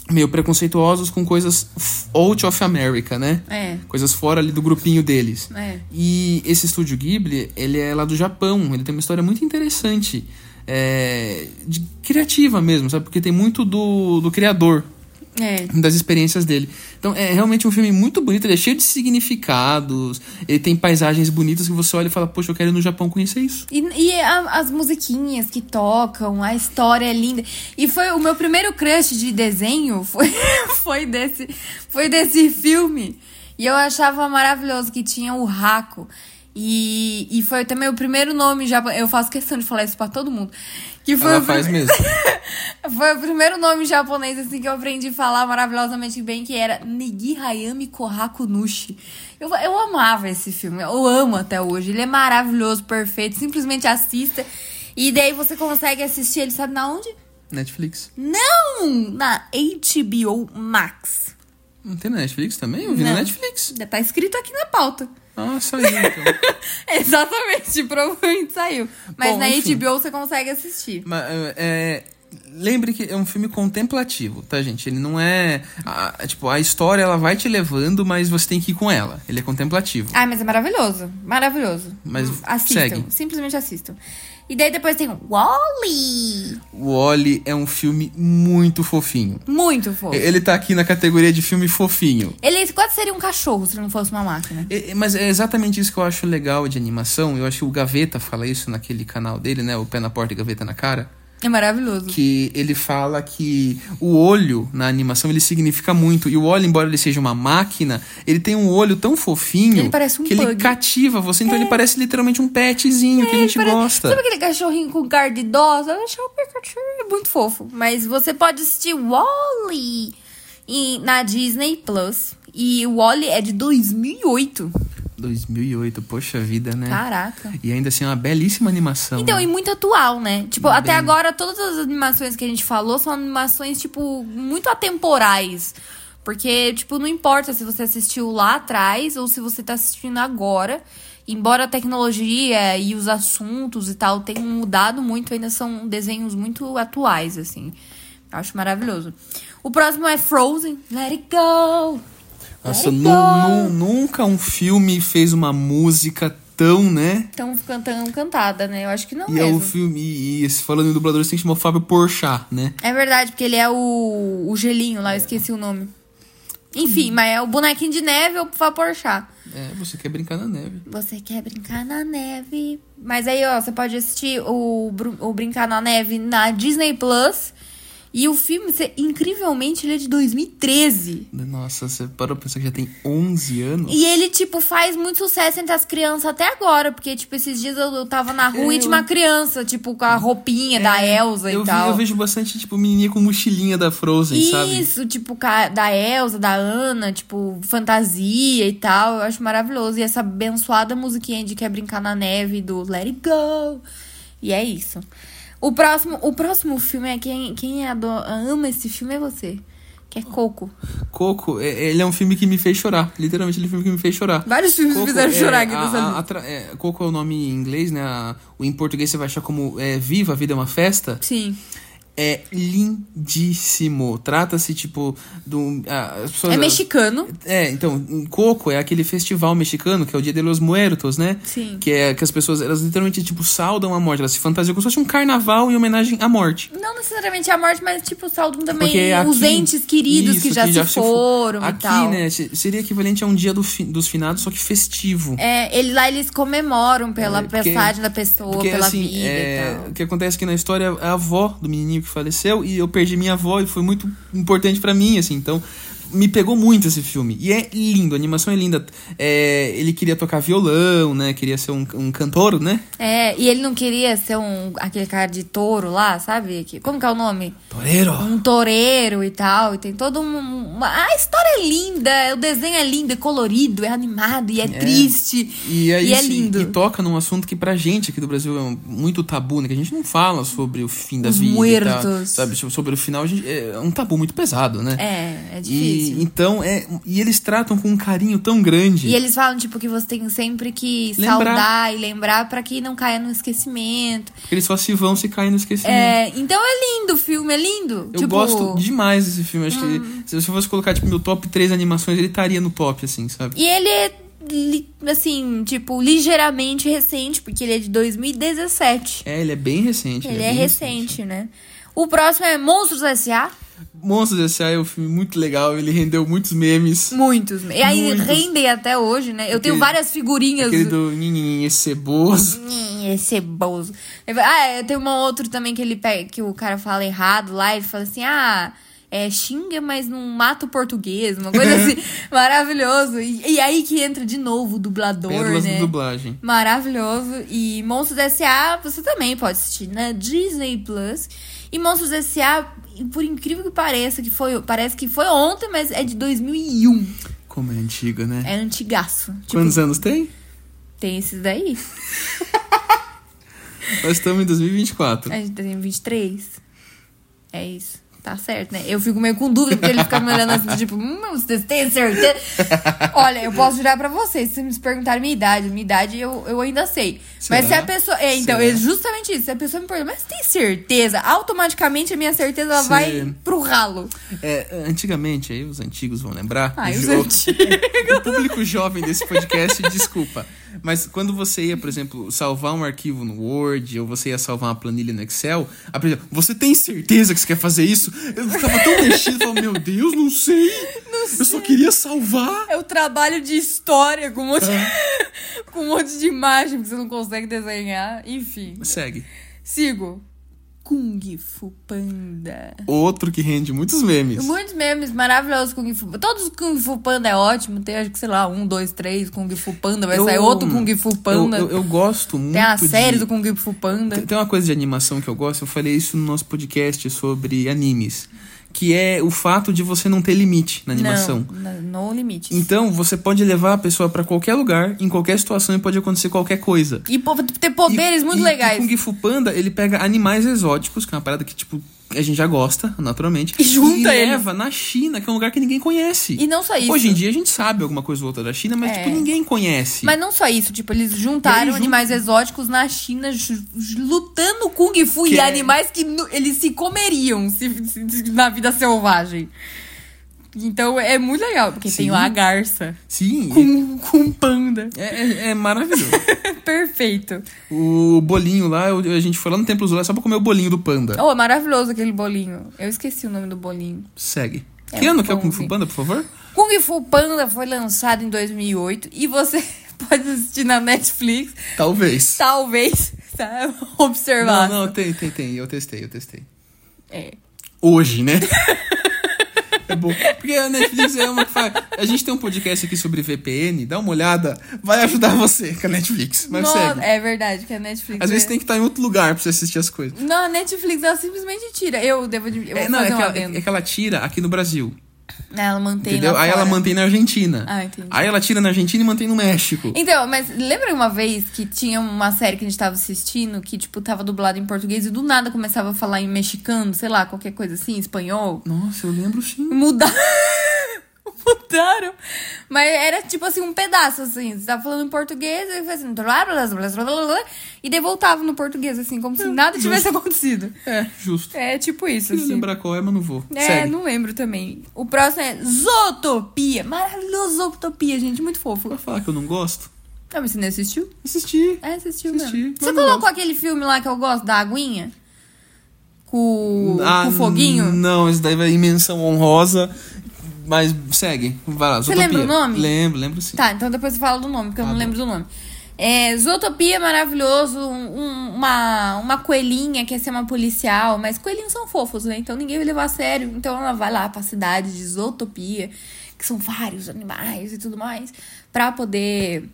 [SPEAKER 1] Meio preconceituosos com coisas f- out of America, né?
[SPEAKER 2] É,
[SPEAKER 1] Coisas fora ali do grupinho deles.
[SPEAKER 2] é.
[SPEAKER 1] E esse estúdio Ghibli, ele é lá do Japão. Ele tem uma história muito interessante. é, de- criativa mesmo, sabe? Porque tem muito do, do criador
[SPEAKER 2] É.
[SPEAKER 1] das experiências dele. Então é realmente um filme muito bonito, ele é cheio de significados, ele tem paisagens bonitas que você olha e fala, poxa, eu quero ir no Japão conhecer isso.
[SPEAKER 2] E, e a- as musiquinhas que tocam, a história é linda. E foi o meu primeiro crush de desenho foi, foi, desse, foi desse filme. E eu achava maravilhoso que tinha o Raco. E, e foi também o primeiro nome já. Eu faço questão de falar isso pra todo mundo. Que foi
[SPEAKER 1] Ela
[SPEAKER 2] o
[SPEAKER 1] faz
[SPEAKER 2] prime-
[SPEAKER 1] mesmo.
[SPEAKER 2] foi o primeiro nome japonês assim que eu aprendi a falar maravilhosamente bem, que era Nigi Hayami Kohaku Nushi. Eu, eu amava esse filme, eu amo até hoje. Ele é maravilhoso, perfeito. Simplesmente assista. E daí você consegue assistir ele, sabe na onde?
[SPEAKER 1] Netflix.
[SPEAKER 2] Não! Na HBO Max.
[SPEAKER 1] Não tem na Netflix também? Eu vi
[SPEAKER 2] Não.
[SPEAKER 1] na Netflix.
[SPEAKER 2] Tá escrito aqui na pauta.
[SPEAKER 1] Ah, saiu então.
[SPEAKER 2] Exatamente, provavelmente saiu. Mas
[SPEAKER 1] Bom,
[SPEAKER 2] na
[SPEAKER 1] enfim.
[SPEAKER 2] HBO você consegue assistir.
[SPEAKER 1] Mas, é, lembre que é um filme contemplativo, tá, gente? Ele não é. a- tipo, a história ela vai te levando, mas você tem que ir com ela. Ele é contemplativo.
[SPEAKER 2] Ah, mas é maravilhoso. Maravilhoso.
[SPEAKER 1] Mas
[SPEAKER 2] Hum, assistam.
[SPEAKER 1] segue.
[SPEAKER 2] Simplesmente assistam. E daí depois tem Wally.
[SPEAKER 1] O Oli é um filme muito fofinho.
[SPEAKER 2] Muito fofo.
[SPEAKER 1] Ele tá aqui na categoria de filme fofinho.
[SPEAKER 2] Ele quase seria um cachorro se ele não fosse uma máquina.
[SPEAKER 1] É, é, Mas é exatamente isso que eu acho legal de animação. Eu acho que o Gaveta fala isso naquele canal dele, né? O Pé na Porta e Gaveta na Cara.
[SPEAKER 2] É maravilhoso.
[SPEAKER 1] Que ele fala que o olho na animação ele significa muito. E o olho, embora ele seja uma máquina, ele tem um olho tão fofinho
[SPEAKER 2] Ele parece um
[SPEAKER 1] que ele
[SPEAKER 2] pug.
[SPEAKER 1] cativa você. Então ele parece literalmente um petzinho que a
[SPEAKER 2] É, Ele
[SPEAKER 1] gente
[SPEAKER 2] parece-
[SPEAKER 1] gosta.
[SPEAKER 2] Sabe aquele cachorrinho com cara de idosa? Eu achava que o cachorro é muito fofo. Mas você pode assistir Wally na Disney Plus. E o Wally é de 2008.
[SPEAKER 1] 2008, poxa vida, né?
[SPEAKER 2] Caraca.
[SPEAKER 1] E ainda assim, é uma belíssima animação.
[SPEAKER 2] Então,
[SPEAKER 1] né?
[SPEAKER 2] e muito atual, né? Tipo,
[SPEAKER 1] Bem.
[SPEAKER 2] até agora, todas as animações que a gente falou são animações, tipo, muito atemporais. Porque, tipo, não importa se você assistiu lá atrás ou se você tá assistindo agora. Embora a tecnologia e os assuntos e tal tenham mudado muito, ainda são desenhos muito atuais, assim. Eu acho maravilhoso. O próximo é Frozen. Let it go!
[SPEAKER 1] Nossa,
[SPEAKER 2] Let it
[SPEAKER 1] nu- nu-
[SPEAKER 2] go.
[SPEAKER 1] nunca um filme fez uma música tão, né?
[SPEAKER 2] Estão cantando cantada, né? Eu acho que não
[SPEAKER 1] E é
[SPEAKER 2] mesmo.
[SPEAKER 1] o filme. E, e se falando em dublador, você tem que chamar o Fábio Porchat, né?
[SPEAKER 2] É verdade, porque ele é o, o gelinho
[SPEAKER 1] É.
[SPEAKER 2] lá, eu esqueci o nome. Enfim, mas é o bonequinho de neve ou o Porchat.
[SPEAKER 1] É, você quer brincar na neve.
[SPEAKER 2] Você quer brincar na neve? Mas aí, ó, você pode assistir o, Bru- o Brincar na Neve na Disney Plus. E o filme, você- incrivelmente, ele é de 2013.
[SPEAKER 1] Nossa, você parou pra pensar que já tem 11 anos?
[SPEAKER 2] E ele, tipo, faz muito sucesso entre as crianças até agora. Porque, tipo, esses dias eu, eu tava na rua e tinha uma criança, tipo, com a roupinha da Elsa
[SPEAKER 1] É, eu,
[SPEAKER 2] e
[SPEAKER 1] vi-
[SPEAKER 2] tal.
[SPEAKER 1] eu vejo bastante, tipo, menininha com mochilinha da Frozen, sabe?
[SPEAKER 2] então. Isso, tipo, ca- da Elsa, da Ana, tipo, fantasia e tal. Eu acho maravilhoso. E essa abençoada musiquinha de Quer Brincar na Neve, do Let It Go. E é isso. O próximo, o próximo filme é quem, quem ado- ama esse filme é você. Que é Coco.
[SPEAKER 1] Coco, é- ele é um filme que me fez chorar. Literalmente, ele é um filme que me fez chorar.
[SPEAKER 2] Vários filmes me
[SPEAKER 1] Coco
[SPEAKER 2] fizeram
[SPEAKER 1] é
[SPEAKER 2] chorar aqui
[SPEAKER 1] a-
[SPEAKER 2] nessa
[SPEAKER 1] a-
[SPEAKER 2] lista.
[SPEAKER 1] a tra- é, Coco é o nome em inglês, né? A- O em português você vai achar como é, Viva, a Vida é uma Festa.
[SPEAKER 2] Sim.
[SPEAKER 1] é lindíssimo. Trata-se, tipo, do. ah, as pessoas-
[SPEAKER 2] É mexicano.
[SPEAKER 1] É, então, em Coco é aquele festival mexicano, que é o Dia de los Muertos, né?
[SPEAKER 2] Sim.
[SPEAKER 1] Que é que as pessoas, elas literalmente, tipo, saudam a morte. Elas se fantasiam como se fosse um carnaval em homenagem à morte.
[SPEAKER 2] Não necessariamente a morte, mas tipo, saudam também
[SPEAKER 1] Porque é aqui-
[SPEAKER 2] os entes queridos
[SPEAKER 1] Isso,
[SPEAKER 2] que já se
[SPEAKER 1] fo-
[SPEAKER 2] foram
[SPEAKER 1] aqui,
[SPEAKER 2] e tal.
[SPEAKER 1] né, se- seria equivalente a um dia do fi- dos finados, só que festivo.
[SPEAKER 2] É, ele, lá eles comemoram pela
[SPEAKER 1] É, porque-
[SPEAKER 2] passagem da pessoa,
[SPEAKER 1] Porque,
[SPEAKER 2] pela
[SPEAKER 1] assim,
[SPEAKER 2] vida
[SPEAKER 1] é,
[SPEAKER 2] e tal.
[SPEAKER 1] o que acontece é que na história a avó do menininho que faleceu e eu perdi minha avó e foi muito importante pra mim, assim, então me pegou muito esse filme. E é lindo, a animação é linda. É, ele queria tocar violão, né? Queria ser um, um cantor, né?
[SPEAKER 2] É, e ele não queria ser um aquele cara de touro lá, sabe? Que- Como que é o nome?
[SPEAKER 1] Torero!
[SPEAKER 2] Um toureiro e tal. E tem todo um. uma- A história é linda, o desenho é lindo, é colorido, é animado e é, triste.
[SPEAKER 1] E, aí,
[SPEAKER 2] é
[SPEAKER 1] se-
[SPEAKER 2] lindo.
[SPEAKER 1] E toca num assunto que pra gente aqui do Brasil é um- muito tabu, né? Que a gente não fala sobre o fim da
[SPEAKER 2] Os
[SPEAKER 1] vida. e tal,
[SPEAKER 2] muertos.
[SPEAKER 1] sabe? So- Sobre o final, a gente- é um tabu muito pesado, né?
[SPEAKER 2] É, é difícil.
[SPEAKER 1] E, então, é, e eles tratam com um carinho tão grande.
[SPEAKER 2] E eles falam, tipo, que você tem sempre que
[SPEAKER 1] Lembrar.
[SPEAKER 2] saudar e lembrar pra que não caia no esquecimento.
[SPEAKER 1] Eles só se vão se cair no esquecimento.
[SPEAKER 2] É, então é lindo o filme, é lindo.
[SPEAKER 1] Eu
[SPEAKER 2] tipo, Hum.
[SPEAKER 1] gosto demais desse filme. Acho que se eu fosse colocar, tipo, meu top 3 animações, ele estaria no top, assim, sabe?
[SPEAKER 2] E ele é, li- assim, tipo, ligeiramente recente, porque ele é de 2017.
[SPEAKER 1] É, ele é bem recente.
[SPEAKER 2] ele
[SPEAKER 1] ele
[SPEAKER 2] é
[SPEAKER 1] bem
[SPEAKER 2] recente, né? O próximo é Monstros S.A.
[SPEAKER 1] Monstros S.A. é um filme muito legal, ele rendeu muitos memes.
[SPEAKER 2] Muitos. E aí
[SPEAKER 1] Muitos.
[SPEAKER 2] rendem até hoje, né? Eu tenho
[SPEAKER 1] Aquele-
[SPEAKER 2] várias figurinhas.
[SPEAKER 1] Aquele do Ninin Ceboso.
[SPEAKER 2] Hum, Esse é bozo. Ah, é, tem um outro também que ele pega, que o cara fala errado lá, ele fala assim, ah, é, xinga, mas não mata o português, uma coisa assim, maravilhoso. E, e aí que entra de novo o dublador,
[SPEAKER 1] Pérolas
[SPEAKER 2] né?
[SPEAKER 1] da dublagem.
[SPEAKER 2] Maravilhoso. E Monstros S.A. você também pode assistir na Disney Plus. E Monstros S.A., por incrível que pareça, que foi, parece que foi ontem, mas é de 2001.
[SPEAKER 1] Como é antigo, né?
[SPEAKER 2] É antigaço. Tipo,
[SPEAKER 1] Quantos anos tem?
[SPEAKER 2] tem esses daí.
[SPEAKER 1] Nós estamos em 2024.
[SPEAKER 2] A gente tem 23. É isso. Tá certo, né? Eu fico meio com dúvida, porque ele fica me olhando assim, tipo, hum, vocês têm certeza? Olha, eu posso jurar pra vocês, se vocês me perguntarem minha idade, minha idade eu, eu ainda sei. Mas se
[SPEAKER 1] Será?
[SPEAKER 2] a pessoa. É, então,
[SPEAKER 1] Será?
[SPEAKER 2] é justamente isso. Se a pessoa me perguntar, mas tem certeza? Automaticamente a minha certeza ela
[SPEAKER 1] Sim.
[SPEAKER 2] vai pro ralo.
[SPEAKER 1] É, antigamente, aí os antigos vão lembrar.
[SPEAKER 2] Ai,
[SPEAKER 1] o
[SPEAKER 2] Ah, os
[SPEAKER 1] jo-
[SPEAKER 2] antigos.
[SPEAKER 1] O público jovem desse podcast, desculpa. Mas quando você ia, por exemplo, salvar um arquivo no Word ou você ia salvar uma planilha no Excel, a pessoa, você tem certeza que você quer fazer isso? Eu ficava tão mexido, falava, meu Deus, não sei. Eu só queria salvar.
[SPEAKER 2] É o trabalho de história com um monte, com um monte de imagem que você não consegue desenhar. Enfim.
[SPEAKER 1] Segue.
[SPEAKER 2] Sigo. Kung Fu Panda.
[SPEAKER 1] Outro que rende muitos memes.
[SPEAKER 2] Muitos memes maravilhosos Kung Fu Todos os Kung Fu Panda é ótimo. Tem acho que, sei lá, um, dois, três Kung Fu Panda. Vai
[SPEAKER 1] Eu-
[SPEAKER 2] sair é outro Kung Fu Panda.
[SPEAKER 1] Eu, eu- eu gosto muito.
[SPEAKER 2] Tem a
[SPEAKER 1] de-
[SPEAKER 2] série do Kung Fu Panda.
[SPEAKER 1] Tem- Tem uma coisa de animação que eu gosto, eu falei isso no nosso podcast sobre animes, que é o fato de você não ter limite na animação.
[SPEAKER 2] Não, na- no limite.
[SPEAKER 1] Então, você pode levar a pessoa pra qualquer lugar, em qualquer situação e pode acontecer qualquer coisa.
[SPEAKER 2] E po- ter poderes
[SPEAKER 1] E-
[SPEAKER 2] muito
[SPEAKER 1] e-
[SPEAKER 2] legais.
[SPEAKER 1] E Kung Fu Panda, ele pega animais exóticos, que é uma parada que, tipo, a gente já gosta, naturalmente.
[SPEAKER 2] E junta
[SPEAKER 1] e
[SPEAKER 2] eles.
[SPEAKER 1] leva na China, que é um lugar que ninguém conhece.
[SPEAKER 2] E não só isso.
[SPEAKER 1] Hoje em dia a gente sabe alguma coisa ou outra da China, mas,
[SPEAKER 2] É.
[SPEAKER 1] tipo, ninguém conhece.
[SPEAKER 2] Mas não só isso, tipo, eles juntaram
[SPEAKER 1] E eles jun-
[SPEAKER 2] animais exóticos na China ju- ju- lutando Kung Fu
[SPEAKER 1] Que
[SPEAKER 2] e
[SPEAKER 1] é-
[SPEAKER 2] animais que nu- eles se comeriam se- se- se- na vida selvagem. Então é muito legal, porque
[SPEAKER 1] Sim.
[SPEAKER 2] tem a garça
[SPEAKER 1] Sim,
[SPEAKER 2] com, com panda.
[SPEAKER 1] é- é- é maravilhoso.
[SPEAKER 2] Perfeito.
[SPEAKER 1] O bolinho lá, eu- a gente foi lá no Templo Zulé só pra comer o bolinho do panda.
[SPEAKER 2] Oh, é maravilhoso aquele bolinho. Eu esqueci o nome do bolinho.
[SPEAKER 1] Segue.
[SPEAKER 2] É
[SPEAKER 1] que
[SPEAKER 2] um
[SPEAKER 1] ano que é o Kung Fu
[SPEAKER 2] pãozinho.
[SPEAKER 1] Panda, por favor?
[SPEAKER 2] Kung Fu Panda foi lançado em 2008 e você pode assistir na Netflix,
[SPEAKER 1] Talvez.
[SPEAKER 2] talvez, tá? Observar.
[SPEAKER 1] Não, não, tem, tem, tem. Eu testei, eu testei.
[SPEAKER 2] É.
[SPEAKER 1] Hoje, né? é bom. Porque a Netflix é uma que faz. A gente tem um podcast aqui sobre VPN, dá uma olhada, vai ajudar você com a Netflix. Mas
[SPEAKER 2] Nossa,
[SPEAKER 1] segue.
[SPEAKER 2] é verdade que a Netflix.
[SPEAKER 1] Às vezes
[SPEAKER 2] é-
[SPEAKER 1] tem que estar em outro lugar pra você assistir as coisas.
[SPEAKER 2] Não, a Netflix ela simplesmente tira. Eu devo admitir. Eu vou
[SPEAKER 1] É, não, é
[SPEAKER 2] fazer
[SPEAKER 1] que,
[SPEAKER 2] um
[SPEAKER 1] ela,
[SPEAKER 2] adendo.
[SPEAKER 1] é que ela tira aqui no Brasil.
[SPEAKER 2] Ela mantém.
[SPEAKER 1] entendeu?
[SPEAKER 2] lá
[SPEAKER 1] Aí ela
[SPEAKER 2] fora.
[SPEAKER 1] mantém na Argentina.
[SPEAKER 2] Ah, entendi.
[SPEAKER 1] Aí ela tira na Argentina e mantém no México.
[SPEAKER 2] Então, mas lembra uma vez que tinha uma série que a gente tava assistindo que, tipo, tava dublada em português e do nada começava a falar em mexicano, sei lá, qualquer coisa assim, espanhol?
[SPEAKER 1] Nossa, eu lembro sim.
[SPEAKER 2] Mudar. Mudar utilizaram. Mas era tipo assim, um pedaço, assim. Você tava falando em português, e assim, blá, blá, blá, blá, blá, blá, e daí voltava no português, assim, como se nada tivesse acontecido.
[SPEAKER 1] É, justo.
[SPEAKER 2] É tipo isso,
[SPEAKER 1] Preciso
[SPEAKER 2] assim.
[SPEAKER 1] lembrar qual é, mas não vou.
[SPEAKER 2] É,
[SPEAKER 1] Segue.
[SPEAKER 2] não lembro também. O próximo é Zootopia. Maravilhoso Zootopia, gente. Muito fofo.
[SPEAKER 1] Pra falar que eu não gosto,
[SPEAKER 2] Não, mas você nem assistiu?
[SPEAKER 1] assisti.
[SPEAKER 2] É, assistiu
[SPEAKER 1] Assisti,
[SPEAKER 2] mesmo.
[SPEAKER 1] mas
[SPEAKER 2] Você
[SPEAKER 1] não
[SPEAKER 2] colocou
[SPEAKER 1] gosto.
[SPEAKER 2] aquele filme lá que eu gosto, da aguinha? Com,
[SPEAKER 1] Ah,
[SPEAKER 2] com o foguinho?
[SPEAKER 1] Não, isso daí vai menção honrosa. Mas segue, vai lá.
[SPEAKER 2] Você lembra
[SPEAKER 1] Zootopia.
[SPEAKER 2] o nome?
[SPEAKER 1] Lembro, lembro sim.
[SPEAKER 2] Tá, então depois você fala do nome, porque eu
[SPEAKER 1] assim. Tá
[SPEAKER 2] não
[SPEAKER 1] bom.
[SPEAKER 2] lembro do nome. É, Zootopia maravilhoso, um- um- uma, uma coelhinha quer ser uma policial, mas coelhinhos são fofos, né? Então ninguém vai levar a sério. Então ela vai lá pra cidade de Zootopia, que são vários animais e tudo mais, pra poder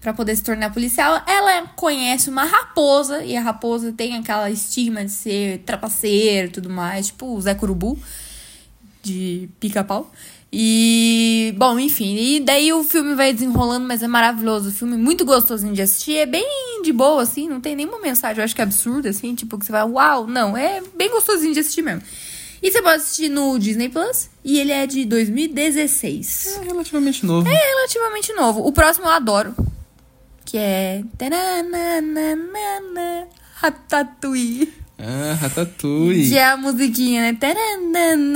[SPEAKER 2] para poder se tornar policial. Ela conhece uma raposa e a raposa tem aquela estigma de ser trapaceiro e tudo mais, tipo o Zé Curubu de pica-pau. E, bom, enfim, e daí o filme vai desenrolando, mas é maravilhoso. O filme é muito gostosinho de assistir, é bem de boa, assim, não tem nenhuma mensagem, eu acho que é absurda, assim, tipo, que você vai, uau, não, é bem gostosinho de assistir mesmo. E você pode assistir no Disney Plus, e ele é de 2016.
[SPEAKER 1] É relativamente novo.
[SPEAKER 2] É relativamente novo. O próximo eu adoro, que é. Tarananana, Ratatouille.
[SPEAKER 1] Ah, Ratatouille.
[SPEAKER 2] Que é a musiquinha, né?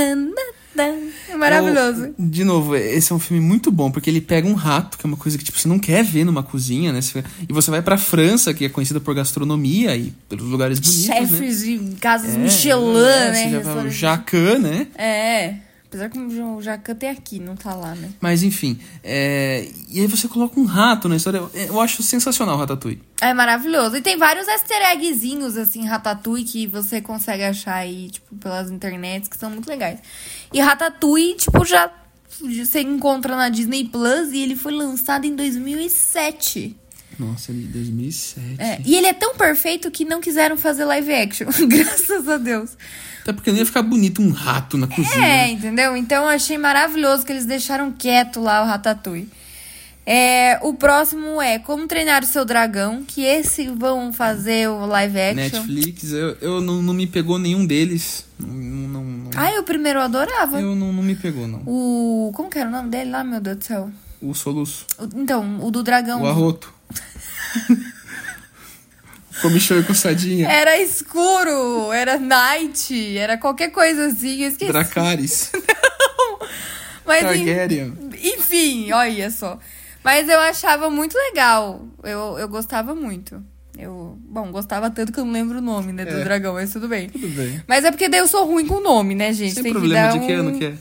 [SPEAKER 2] Tarananana, É maravilhoso.
[SPEAKER 1] Eu- de novo, esse é um filme muito bom, porque ele pega um rato, que é uma coisa que tipo, você não quer ver numa cozinha, né? Você- E você vai pra França, que é conhecida por gastronomia e pelos lugares bonitos, né?
[SPEAKER 2] chefes de casas Michelin,
[SPEAKER 1] é,
[SPEAKER 2] né?
[SPEAKER 1] você já fala,
[SPEAKER 2] restaurantes-
[SPEAKER 1] Jacan, né?
[SPEAKER 2] É. Apesar que o Jacan tem aqui, não tá lá, né?
[SPEAKER 1] Mas enfim, é, e aí você coloca um rato na história. Eu- Eu acho sensacional o Ratatouille.
[SPEAKER 2] É maravilhoso. E tem vários easter eggzinhos, assim, Ratatouille, que você consegue achar aí, tipo, pelas internets, que são muito legais. E Ratatouille, tipo, já você encontra na Disney Plus e ele foi lançado em 2007.
[SPEAKER 1] Nossa, ele 2007.
[SPEAKER 2] É, e ele é tão perfeito que não quiseram fazer live action. Graças a Deus.
[SPEAKER 1] Até porque não ia ficar bonito um rato na cozinha.
[SPEAKER 2] É,
[SPEAKER 1] né?
[SPEAKER 2] entendeu? Então eu achei maravilhoso que eles deixaram quieto lá o Ratatouille. É, o próximo é Como Treinar o Seu Dragão, que esse vão fazer o live action.
[SPEAKER 1] Netflix, eu, eu não, não me pegou nenhum deles. Não, não- não-
[SPEAKER 2] Ai, o primeiro eu adorava.
[SPEAKER 1] eu não, não me pegou, não.
[SPEAKER 2] O. Como que era o nome dele lá, meu Deus do céu?
[SPEAKER 1] O soluço.
[SPEAKER 2] O- Então, o do dragão.
[SPEAKER 1] O arroto. Comichão e coçadinha.
[SPEAKER 2] Era escuro, era night, era qualquer coisa assim, eu esqueci.
[SPEAKER 1] Dracarys.
[SPEAKER 2] Mas, em-
[SPEAKER 1] Targaryen.
[SPEAKER 2] Enfim, olha só. Mas eu achava muito legal. Eu, eu gostava muito. Eu, bom, gostava tanto que eu não lembro o nome, né, do
[SPEAKER 1] É.
[SPEAKER 2] dragão, mas tudo bem.
[SPEAKER 1] Tudo bem.
[SPEAKER 2] Mas é porque daí eu sou ruim com o nome, né, gente?
[SPEAKER 1] Sem
[SPEAKER 2] Tem
[SPEAKER 1] problema,
[SPEAKER 2] que dar
[SPEAKER 1] de que
[SPEAKER 2] um,
[SPEAKER 1] ano que é?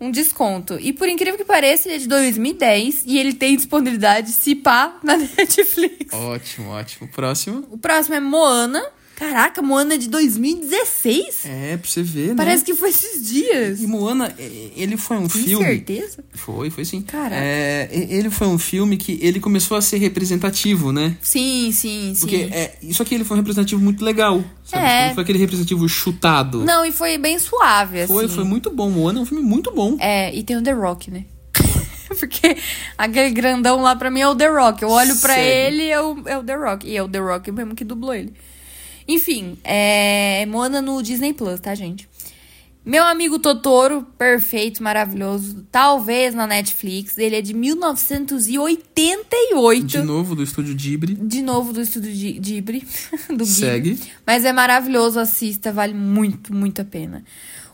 [SPEAKER 2] um desconto. E por incrível que pareça, ele é de 2010 e ele tem disponibilidade, se pá, na Netflix.
[SPEAKER 1] Ótimo, ótimo. Próximo.
[SPEAKER 2] O próximo é Moana. Caraca, Moana é de 2016?
[SPEAKER 1] É, pra você ver, né?
[SPEAKER 2] Parece que foi esses dias.
[SPEAKER 1] E Moana, e- ele foi um
[SPEAKER 2] Com
[SPEAKER 1] filme.
[SPEAKER 2] certeza.
[SPEAKER 1] Foi, foi sim.
[SPEAKER 2] Caraca.
[SPEAKER 1] É, e- ele foi um filme que ele começou a ser representativo, né?
[SPEAKER 2] Sim, sim, sim.
[SPEAKER 1] Porque é, isso aqui ele foi um representativo muito legal. Sabe?
[SPEAKER 2] É.
[SPEAKER 1] Não foi aquele representativo chutado.
[SPEAKER 2] Não, e foi bem suave,
[SPEAKER 1] foi,
[SPEAKER 2] assim.
[SPEAKER 1] foi muito bom. Moana é um filme muito bom.
[SPEAKER 2] É, e tem o The Rock, né? Porque aquele grandão lá pra mim é o The Rock. Eu olho pra
[SPEAKER 1] Segue.
[SPEAKER 2] ele e é o, é o The Rock. E é o The Rock mesmo que dublou ele. Enfim, é. Moana no Disney Plus, tá, gente? Meu amigo Totoro, perfeito, maravilhoso. Talvez na Netflix. Ele é de 1988.
[SPEAKER 1] De novo, do estúdio Ghibli.
[SPEAKER 2] De novo do estúdio de Ghibli. Do Ghibli.
[SPEAKER 1] Segue.
[SPEAKER 2] Mas é maravilhoso, assista, vale muito, muito a pena.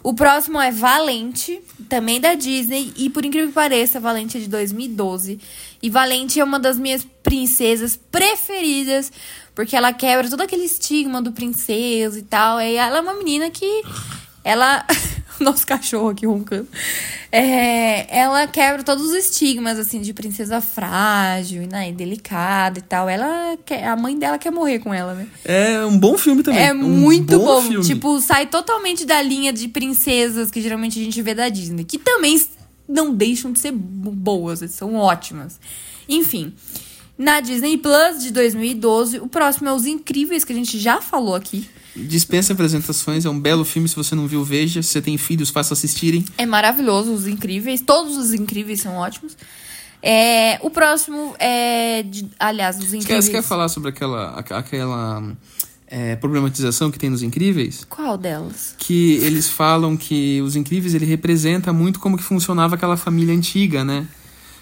[SPEAKER 2] O próximo é Valente, também da Disney, e por incrível que pareça, Valente é de 2012. E Valente é uma das minhas princesas preferidas, porque ela quebra todo aquele estigma do princesa e tal. E ela é uma menina que ela. Nosso cachorro aqui roncando. É, ela quebra todos os estigmas, assim, de princesa frágil, né, e delicada e tal. Ela quer, a mãe dela quer morrer com ela, né?
[SPEAKER 1] É um bom filme também.
[SPEAKER 2] É
[SPEAKER 1] Um
[SPEAKER 2] muito bom.
[SPEAKER 1] filme.
[SPEAKER 2] Tipo, sai totalmente da linha de princesas que geralmente a gente vê da Disney, que também s- não deixam de ser bo- boas, elas são ótimas. Enfim, na Disney Plus de 2012, o próximo é Os Incríveis, que a gente já falou aqui.
[SPEAKER 1] Dispensa apresentações, é um belo filme. Se você não viu, veja. Se você tem filhos, faça assistirem.
[SPEAKER 2] É maravilhoso, Os Incríveis. Todos os Incríveis são ótimos. É, o próximo é. de- aliás, Os
[SPEAKER 1] Você quer,
[SPEAKER 2] Incríveis.
[SPEAKER 1] você quer falar sobre aquela. aqu- aquela é, problematização que tem nos Incríveis,
[SPEAKER 2] Qual delas?
[SPEAKER 1] que eles falam que os Incríveis ele representa muito como que funcionava aquela família antiga, né?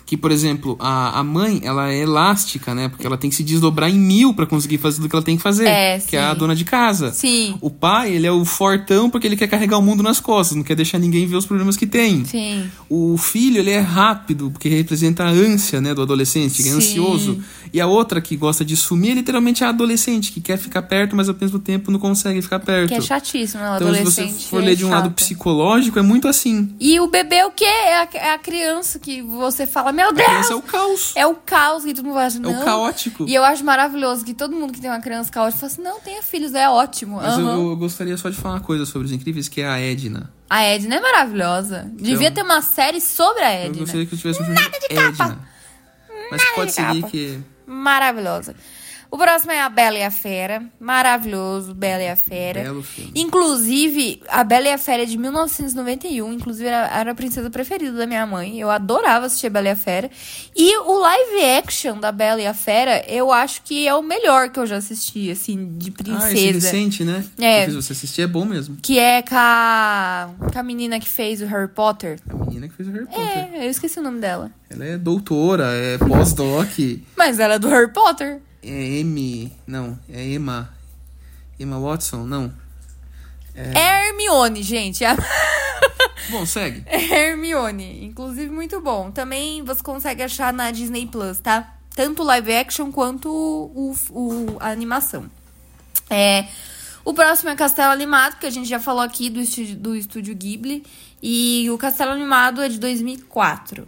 [SPEAKER 1] Que, por exemplo, a, a mãe, ela é elástica, né? Porque ela tem que se desdobrar em mil pra conseguir fazer tudo que ela tem que fazer.
[SPEAKER 2] É,
[SPEAKER 1] que é
[SPEAKER 2] sim.
[SPEAKER 1] a dona de casa.
[SPEAKER 2] Sim,
[SPEAKER 1] O pai, ele é o fortão porque ele quer carregar o mundo nas costas, não quer deixar ninguém ver os problemas que tem.
[SPEAKER 2] sim.
[SPEAKER 1] O filho, ele é rápido, porque representa a ânsia, né, do adolescente, que é
[SPEAKER 2] Sim.
[SPEAKER 1] ansioso. E a outra que gosta de sumir é literalmente a adolescente, que quer ficar perto, mas ao mesmo tempo não consegue ficar perto.
[SPEAKER 2] Que é chatíssimo, né? O
[SPEAKER 1] então, se você
[SPEAKER 2] adolescente.
[SPEAKER 1] for
[SPEAKER 2] é
[SPEAKER 1] ler de um lado
[SPEAKER 2] chato.
[SPEAKER 1] psicológico, é muito assim.
[SPEAKER 2] E o bebê, o quê? É a, é a criança que você fala, meu Deus!
[SPEAKER 1] Esse é o caos.
[SPEAKER 2] É o caos que todo mundo acha,
[SPEAKER 1] É
[SPEAKER 2] não.
[SPEAKER 1] o caótico.
[SPEAKER 2] E eu acho maravilhoso que todo mundo que tem uma criança caótica fala assim, não, tenha filhos, é ótimo.
[SPEAKER 1] Mas eu-
[SPEAKER 2] Aham.
[SPEAKER 1] eu, gostaria só de falar uma coisa sobre os incríveis, que é a Edna.
[SPEAKER 2] A Edna é maravilhosa. Devia ter uma série sobre a
[SPEAKER 1] Eu
[SPEAKER 2] Edna.
[SPEAKER 1] gostaria que eu tivesse um filme Nada de Edna. Mas
[SPEAKER 2] Nada
[SPEAKER 1] pode
[SPEAKER 2] de
[SPEAKER 1] seguir
[SPEAKER 2] capa.
[SPEAKER 1] que.
[SPEAKER 2] Maravilhosa. O próximo é a Bela e a Fera. Maravilhoso, Bela e a Fera.
[SPEAKER 1] é Belo filme.
[SPEAKER 2] Inclusive, a Bela e a Fera é de 1991. Inclusive, era, era a princesa preferida da minha mãe. Eu adorava assistir a Bela e a Fera. E o live action da Bela e a Fera, eu acho que é o melhor que eu já assisti, assim, de princesa.
[SPEAKER 1] Ah, esse Vicente, né?
[SPEAKER 2] É.
[SPEAKER 1] Que fez você assistir é bom mesmo.
[SPEAKER 2] Que é com a, com a menina que fez o Harry Potter.
[SPEAKER 1] A menina que fez o Harry Potter.
[SPEAKER 2] É, eu esqueci o nome dela.
[SPEAKER 1] Ela é doutora, é pós-doc,
[SPEAKER 2] Mas ela é do Harry Potter.
[SPEAKER 1] é M. Não, é Emma. Emma Watson, não.
[SPEAKER 2] É, Hermione, gente. É a-
[SPEAKER 1] Bom, segue. um
[SPEAKER 2] é Hermione. Inclusive, muito bom. Também você consegue achar na Disney Plus, tá? Tanto o live action quanto o, o- a animação. É, o próximo é Castelo Animado, que a gente já falou aqui do estúdio, do estúdio Ghibli. E o Castelo Animado é de 2004.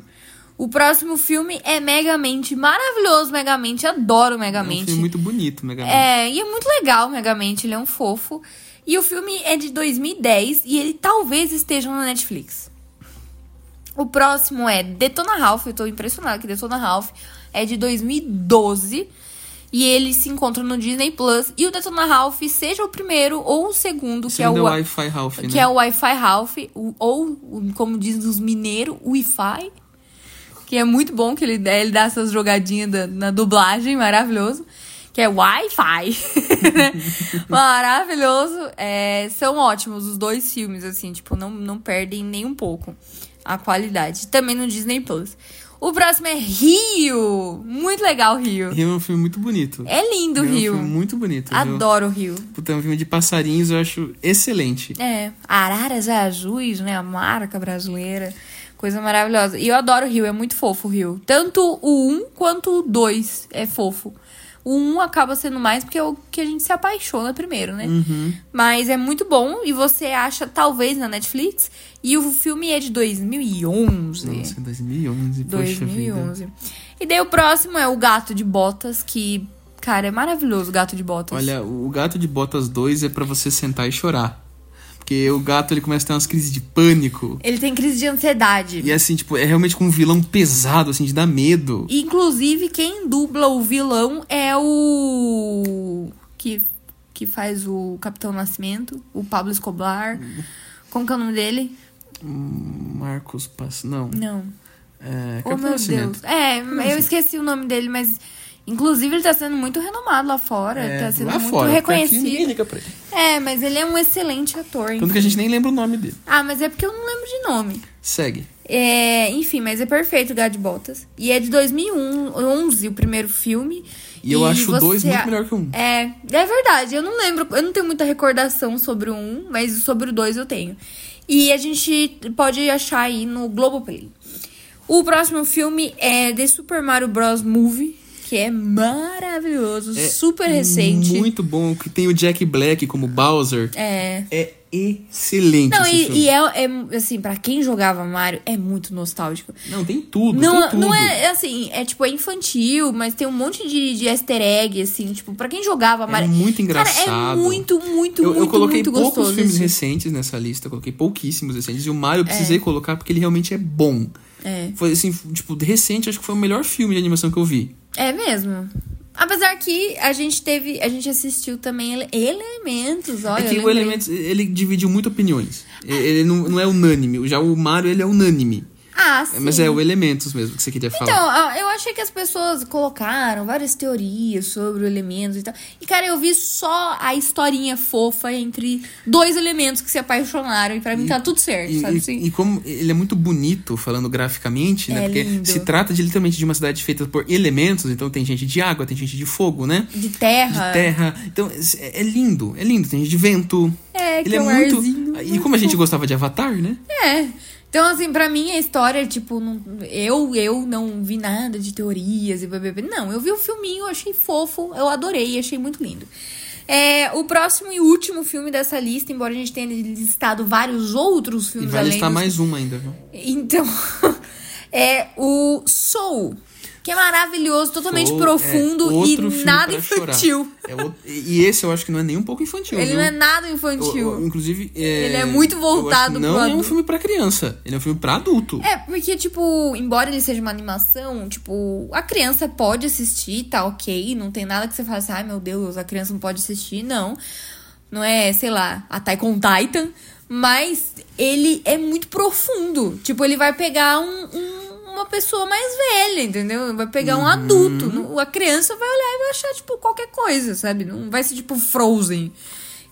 [SPEAKER 2] O próximo filme é Megamente. Maravilhoso Megamente. Adoro
[SPEAKER 1] É um
[SPEAKER 2] Megamente.
[SPEAKER 1] filme muito bonito, Mega Man.
[SPEAKER 2] É, e é muito legal, Megamente, ele é um fofo. E o filme é de 2010 e ele talvez esteja na Netflix. O próximo é Detona Ralph, eu tô impressionada que Detona Ralph é de 2012 e ele se encontra no Disney Plus e o Detona Ralph seja o primeiro ou o segundo,
[SPEAKER 1] Esse
[SPEAKER 2] que é
[SPEAKER 1] ainda
[SPEAKER 2] o
[SPEAKER 1] Wi-Fi Ralph, né?
[SPEAKER 2] que é o Wi-Fi Ralph, o- ou, o- como diz os mineiros, o Wi-Fi. Que é muito bom que ele, dá- ele dá essas jogadinhas da- na dublagem, maravilhoso. Que é Wi-Fi. né? maravilhoso. É, são ótimos os dois filmes, assim, tipo, não, não perdem nem um pouco a qualidade. Também no Disney Plus. O próximo é Rio. Muito legal, Rio.
[SPEAKER 1] Rio é um filme muito bonito.
[SPEAKER 2] É lindo,
[SPEAKER 1] Rio É um filme
[SPEAKER 2] Rio.
[SPEAKER 1] muito bonito. viu?
[SPEAKER 2] Adoro o Rio.
[SPEAKER 1] Puta, é um filme de passarinhos, eu acho excelente.
[SPEAKER 2] É, Araras Azuis, né? A marca brasileira. Coisa maravilhosa. E eu adoro o Rio, é muito fofo o Rio. Tanto o 1 quanto o 2 é fofo. O 1 acaba sendo mais porque é o que a gente se apaixona primeiro, né?
[SPEAKER 1] Uhum.
[SPEAKER 2] Mas é muito bom e você acha talvez na Netflix. E o filme é de
[SPEAKER 1] Nossa,
[SPEAKER 2] 2011.
[SPEAKER 1] é 2011, poxa vida.
[SPEAKER 2] 2011. E daí o próximo é o Gato de Botas, que, cara, é maravilhoso o Gato de Botas.
[SPEAKER 1] Olha, o Gato de Botas 2 é pra você sentar e chorar. Porque o gato, ele começa a ter umas crises de pânico.
[SPEAKER 2] Ele tem crise de ansiedade.
[SPEAKER 1] E assim, tipo, é realmente com um vilão pesado, assim, de dar medo.
[SPEAKER 2] Inclusive, quem dubla o vilão é o. Que, que faz o Capitão Nascimento, o Pablo Escobar. Como que é o nome dele?
[SPEAKER 1] Marcos Pass... Não.
[SPEAKER 2] Não.
[SPEAKER 1] É,
[SPEAKER 2] Oh,
[SPEAKER 1] Capitão
[SPEAKER 2] meu
[SPEAKER 1] Nascimento.
[SPEAKER 2] Deus. É, eu esqueci o nome dele, mas. Inclusive, ele tá sendo muito renomado lá fora.
[SPEAKER 1] É,
[SPEAKER 2] tá sendo
[SPEAKER 1] lá
[SPEAKER 2] muito
[SPEAKER 1] fora, porque aqui ninguém
[SPEAKER 2] reconhecido.
[SPEAKER 1] liga pra ele.
[SPEAKER 2] É, mas ele é um excelente ator.
[SPEAKER 1] Tanto que a gente nem lembra o nome dele.
[SPEAKER 2] Ah, mas é porque eu não lembro de nome.
[SPEAKER 1] Segue.
[SPEAKER 2] É, enfim, mas é perfeito o Gato de Botas. E é de 2011 o primeiro filme.
[SPEAKER 1] E eu acho o dois
[SPEAKER 2] você-
[SPEAKER 1] muito melhor que o um.
[SPEAKER 2] É, é verdade. Eu não lembro, eu não tenho muita recordação sobre o um, mas sobre o dois eu tenho. E a gente pode achar aí no Globoplay. O próximo filme é The Super Mario Bros. Movie, que é maravilhoso,
[SPEAKER 1] É
[SPEAKER 2] super recente.
[SPEAKER 1] Muito bom. Que tem o Jack Black como Bowser.
[SPEAKER 2] É,
[SPEAKER 1] É excelente
[SPEAKER 2] Não,
[SPEAKER 1] esse
[SPEAKER 2] e,
[SPEAKER 1] filme.
[SPEAKER 2] e é, é, assim, pra quem jogava Mario, é muito nostálgico.
[SPEAKER 1] Não, tem tudo, tem
[SPEAKER 2] Não,
[SPEAKER 1] tudo.
[SPEAKER 2] não é é assim, é tipo, é infantil, mas tem um monte de, de easter egg, assim, tipo, pra quem jogava Mario.
[SPEAKER 1] É muito
[SPEAKER 2] Cara, é
[SPEAKER 1] engraçado.
[SPEAKER 2] muito, muito,
[SPEAKER 1] eu, eu
[SPEAKER 2] muito,
[SPEAKER 1] coloquei
[SPEAKER 2] muito
[SPEAKER 1] poucos
[SPEAKER 2] gostoso.
[SPEAKER 1] filmes
[SPEAKER 2] assim.
[SPEAKER 1] recentes nessa lista, eu coloquei pouquíssimos recentes. E o Mario eu precisei colocar porque ele realmente é bom.
[SPEAKER 2] É.
[SPEAKER 1] Foi assim, tipo, recente, acho que foi o melhor filme de animação que eu vi.
[SPEAKER 2] É mesmo. Apesar que a gente teve, a gente assistiu também ele- Elementos, olha.
[SPEAKER 1] é que
[SPEAKER 2] eu
[SPEAKER 1] o
[SPEAKER 2] lembrei.
[SPEAKER 1] Elementos, ele dividiu muito opiniões. Ele não, não é unânime. Já o Mario, ele é unânime.
[SPEAKER 2] Ah, sim.
[SPEAKER 1] Mas é o Elementos mesmo que você queria falar.
[SPEAKER 2] Então, ah, eu achei que as pessoas colocaram várias teorias sobre o elementos e tal. E, cara, eu vi só a historinha fofa entre dois elementos que se apaixonaram. E pra mim tá tudo certo,
[SPEAKER 1] E-
[SPEAKER 2] sabe?
[SPEAKER 1] e,
[SPEAKER 2] assim?
[SPEAKER 1] e como ele é muito bonito falando graficamente, né?
[SPEAKER 2] É
[SPEAKER 1] Porque
[SPEAKER 2] lindo.
[SPEAKER 1] se trata de literalmente de uma cidade feita por elementos, então tem gente de água, tem gente de fogo, né?
[SPEAKER 2] De terra.
[SPEAKER 1] De terra. Então, é é lindo, é lindo. Tem gente de vento.
[SPEAKER 2] É, que
[SPEAKER 1] ele é
[SPEAKER 2] é um
[SPEAKER 1] muito.
[SPEAKER 2] arzinho,
[SPEAKER 1] E como a gente gostava de Avatar, né?
[SPEAKER 2] É. Então, assim, pra mim a história, tipo, não- eu, eu não vi nada de teorias e bebê. Não, eu vi o filminho, achei fofo, eu adorei, achei muito lindo. É, o próximo e último filme dessa lista, embora a gente tenha listado vários outros
[SPEAKER 1] E
[SPEAKER 2] filmes
[SPEAKER 1] vai
[SPEAKER 2] além
[SPEAKER 1] listar
[SPEAKER 2] dos-
[SPEAKER 1] mais uma ainda, viu?
[SPEAKER 2] Então, é o Soul, que é maravilhoso, totalmente
[SPEAKER 1] Ou, é,
[SPEAKER 2] profundo e
[SPEAKER 1] outro filme
[SPEAKER 2] nada
[SPEAKER 1] pra chorar.
[SPEAKER 2] infantil.
[SPEAKER 1] É o- e e esse eu acho que não é nem um pouco infantil.
[SPEAKER 2] Ele
[SPEAKER 1] viu?
[SPEAKER 2] não é nada
[SPEAKER 1] Eu-
[SPEAKER 2] infantil.
[SPEAKER 1] eu- inclusive, é,
[SPEAKER 2] Ele é muito
[SPEAKER 1] eu
[SPEAKER 2] voltado
[SPEAKER 1] acho, Não
[SPEAKER 2] pro
[SPEAKER 1] é um
[SPEAKER 2] adulto.
[SPEAKER 1] filme pra criança. Ele é um filme pra adulto.
[SPEAKER 2] É, porque, tipo, embora ele seja uma animação, tipo, a criança pode assistir, tá ok. Não tem nada que você fale assim, ai meu Deus, a criança não pode assistir, não. Não é, sei lá, a Taikon Titan. Mas ele é muito profundo. Tipo, ele vai pegar um- um- uma pessoa mais velha, entendeu? Vai pegar um adulto. Não- A criança vai olhar e vai achar, tipo, qualquer coisa, sabe? Não vai ser, tipo, Frozen.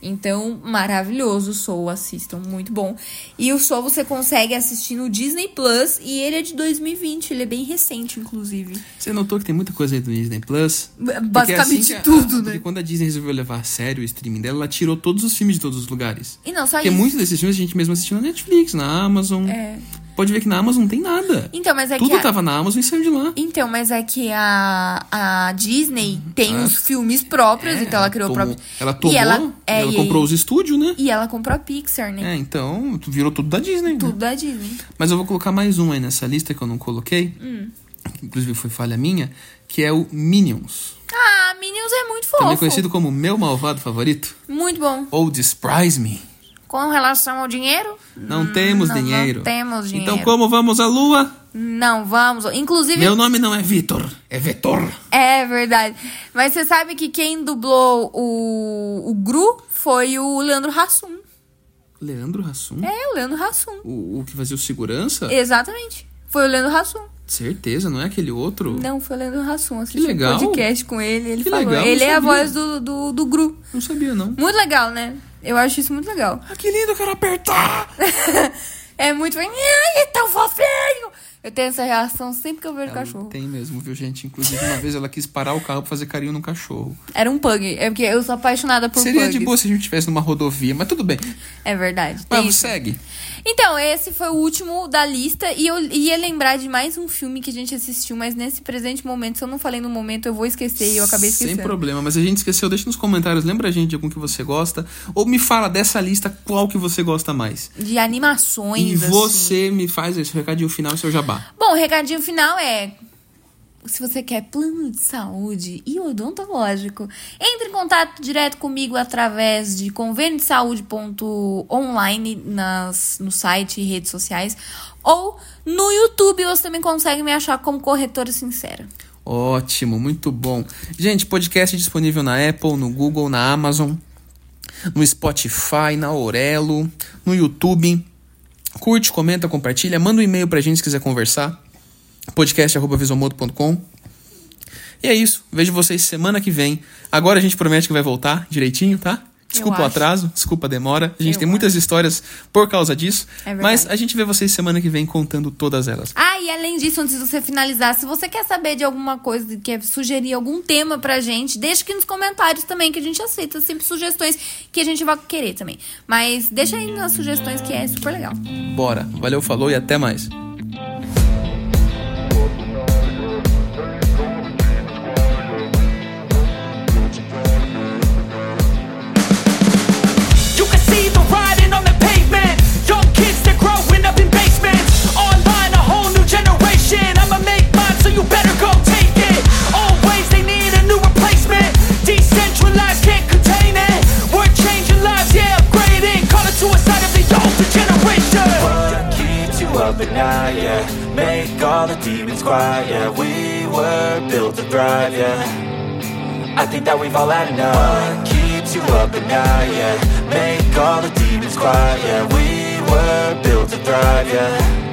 [SPEAKER 2] Então, maravilhoso o Soul, assistam, muito bom. E o Soul você consegue assistir no Disney Plus e ele é de 2020, ele é bem recente, inclusive.
[SPEAKER 1] Você notou que tem muita coisa aí do Disney Plus?
[SPEAKER 2] B-
[SPEAKER 1] Porque
[SPEAKER 2] Basicamente
[SPEAKER 1] assim que a-
[SPEAKER 2] tudo,
[SPEAKER 1] Porque
[SPEAKER 2] né?
[SPEAKER 1] quando a Disney resolveu levar a sério o streaming dela, ela tirou todos os filmes de todos os lugares.
[SPEAKER 2] E não, só
[SPEAKER 1] Porque é
[SPEAKER 2] isso.
[SPEAKER 1] muitos desses filmes a gente mesmo assistiu na Netflix, na Amazon.
[SPEAKER 2] É.
[SPEAKER 1] Pode ver que na Amazon não tem nada.
[SPEAKER 2] Então, mas é que
[SPEAKER 1] Tudo tá-
[SPEAKER 2] a-
[SPEAKER 1] tava na Amazon e saiu de lá.
[SPEAKER 2] Então, mas é que a, a Disney tem
[SPEAKER 1] Ah.
[SPEAKER 2] os filmes próprios,
[SPEAKER 1] É,
[SPEAKER 2] então ela criou o
[SPEAKER 1] tomou-
[SPEAKER 2] próprio.
[SPEAKER 1] Ela tomou,
[SPEAKER 2] e
[SPEAKER 1] ela,
[SPEAKER 2] ela, é, e-
[SPEAKER 1] comprou os estúdios, né?
[SPEAKER 2] E ela comprou a Pixar, né?
[SPEAKER 1] É, então virou tudo da Disney. né?
[SPEAKER 2] Tudo da Disney.
[SPEAKER 1] Mas eu vou colocar mais um aí nessa lista que eu não coloquei.
[SPEAKER 2] Hum.
[SPEAKER 1] Que inclusive foi falha minha. Que é o Minions.
[SPEAKER 2] Ah, Minions é muito fofo.
[SPEAKER 1] Também conhecido como Meu Malvado Favorito.
[SPEAKER 2] Muito bom.
[SPEAKER 1] Ou Desprise Me.
[SPEAKER 2] Com relação ao dinheiro?
[SPEAKER 1] Não temos
[SPEAKER 2] não- não
[SPEAKER 1] dinheiro.
[SPEAKER 2] temos dinheiro.
[SPEAKER 1] Então como vamos à lua?
[SPEAKER 2] Não, vamos. Inclusive,
[SPEAKER 1] Meu nome não é Vitor, é Vetor.
[SPEAKER 2] É verdade. Mas você sabe que quem dublou o, o Gru foi o Leandro Hassum.
[SPEAKER 1] Leandro Hassum?
[SPEAKER 2] É, o Leandro Hassum.
[SPEAKER 1] O, o que fazia o segurança?
[SPEAKER 2] Exatamente. Foi o Leandro Hassum.
[SPEAKER 1] Certeza, não é aquele outro?
[SPEAKER 2] Não, foi o Leandro Hassum. Assisti
[SPEAKER 1] legal.
[SPEAKER 2] um podcast com ele. Ele
[SPEAKER 1] Que
[SPEAKER 2] falou.
[SPEAKER 1] legal,
[SPEAKER 2] ele
[SPEAKER 1] não
[SPEAKER 2] é a
[SPEAKER 1] sabia.
[SPEAKER 2] voz do, do, do Gru.
[SPEAKER 1] Não sabia, não.
[SPEAKER 2] Muito legal, né? Eu acho isso muito legal.
[SPEAKER 1] Ah, que lindo, eu quero
[SPEAKER 2] um
[SPEAKER 1] apertar!
[SPEAKER 2] é muito. Ai, é tão fofinho! Eu tenho essa reação sempre que eu vejo
[SPEAKER 1] Ela
[SPEAKER 2] cachorro.
[SPEAKER 1] É, Tem mesmo, viu, gente? Inclusive, uma vez ela quis parar o carro pra fazer carinho no cachorro.
[SPEAKER 2] Era um pug. É porque eu sou apaixonada por
[SPEAKER 1] Seria de
[SPEAKER 2] pugs.
[SPEAKER 1] boa se a gente estivesse numa rodovia, mas tudo bem.
[SPEAKER 2] É verdade. Tem
[SPEAKER 1] Mas
[SPEAKER 2] isso.
[SPEAKER 1] segue.
[SPEAKER 2] Então, esse foi o último da lista e eu ia lembrar de mais um filme que a gente assistiu, mas nesse presente momento, se eu não falei no momento, eu vou esquecer e eu acabei esquecendo.
[SPEAKER 1] Sem problema, mas a gente esqueceu. Deixa nos comentários, lembra a gente de algum que você gosta. Ou me fala dessa lista qual que você gosta mais.
[SPEAKER 2] De animações.
[SPEAKER 1] E
[SPEAKER 2] assim.
[SPEAKER 1] você me faz esse recadinho final, seu jabá.
[SPEAKER 2] Bom, o recadinho final é. Se você quer plano de saúde e odontológico, entre em contato direto comigo através de convênio de saúde.online nas, no site e redes sociais. Ou no YouTube você também consegue me achar como corretora sincera.
[SPEAKER 1] Ótimo, muito bom. Gente, podcast disponível na Apple, no Google, na Amazon, no Spotify, na Orelo, no YouTube. Curte, comenta, compartilha, manda um e-mail pra gente se quiser conversar. podcast@visomodo.com. E é isso. Vejo vocês semana que vem. Agora a gente promete que vai voltar direitinho, tá? Desculpa o
[SPEAKER 2] acho.
[SPEAKER 1] atraso, desculpa a demora. A gente
[SPEAKER 2] Eu
[SPEAKER 1] tem muitas histórias por causa disso,
[SPEAKER 2] É
[SPEAKER 1] mas
[SPEAKER 2] verdade.
[SPEAKER 1] a gente vê vocês semana que vem contando todas elas.
[SPEAKER 2] Ah, e além disso, antes de você finalizar, se você quer saber de alguma coisa, quer sugerir algum tema pra gente, deixa aqui nos comentários também, que a gente aceita sempre sugestões que a gente vai querer também. Mas deixa aí nas sugestões que é super legal.
[SPEAKER 1] Bora. Valeu, falou e até mais.
[SPEAKER 3] You can see them riding on the pavement. Young kids, they're growing up in basements. Online, a whole new generation. I'ma make mine, so you better go take it. Always, they need a new replacement. Decentralized, can't contain it. We're changing lives, yeah, upgrading. Call it suicide of the older generation.
[SPEAKER 4] What keeps you up at night, yeah Make all the demons quiet, yeah We were built to thrive, yeah I think that we've all had enough What keeps you up at night, yeah Make all the demons quiet, yeah We were built to thrive, yeah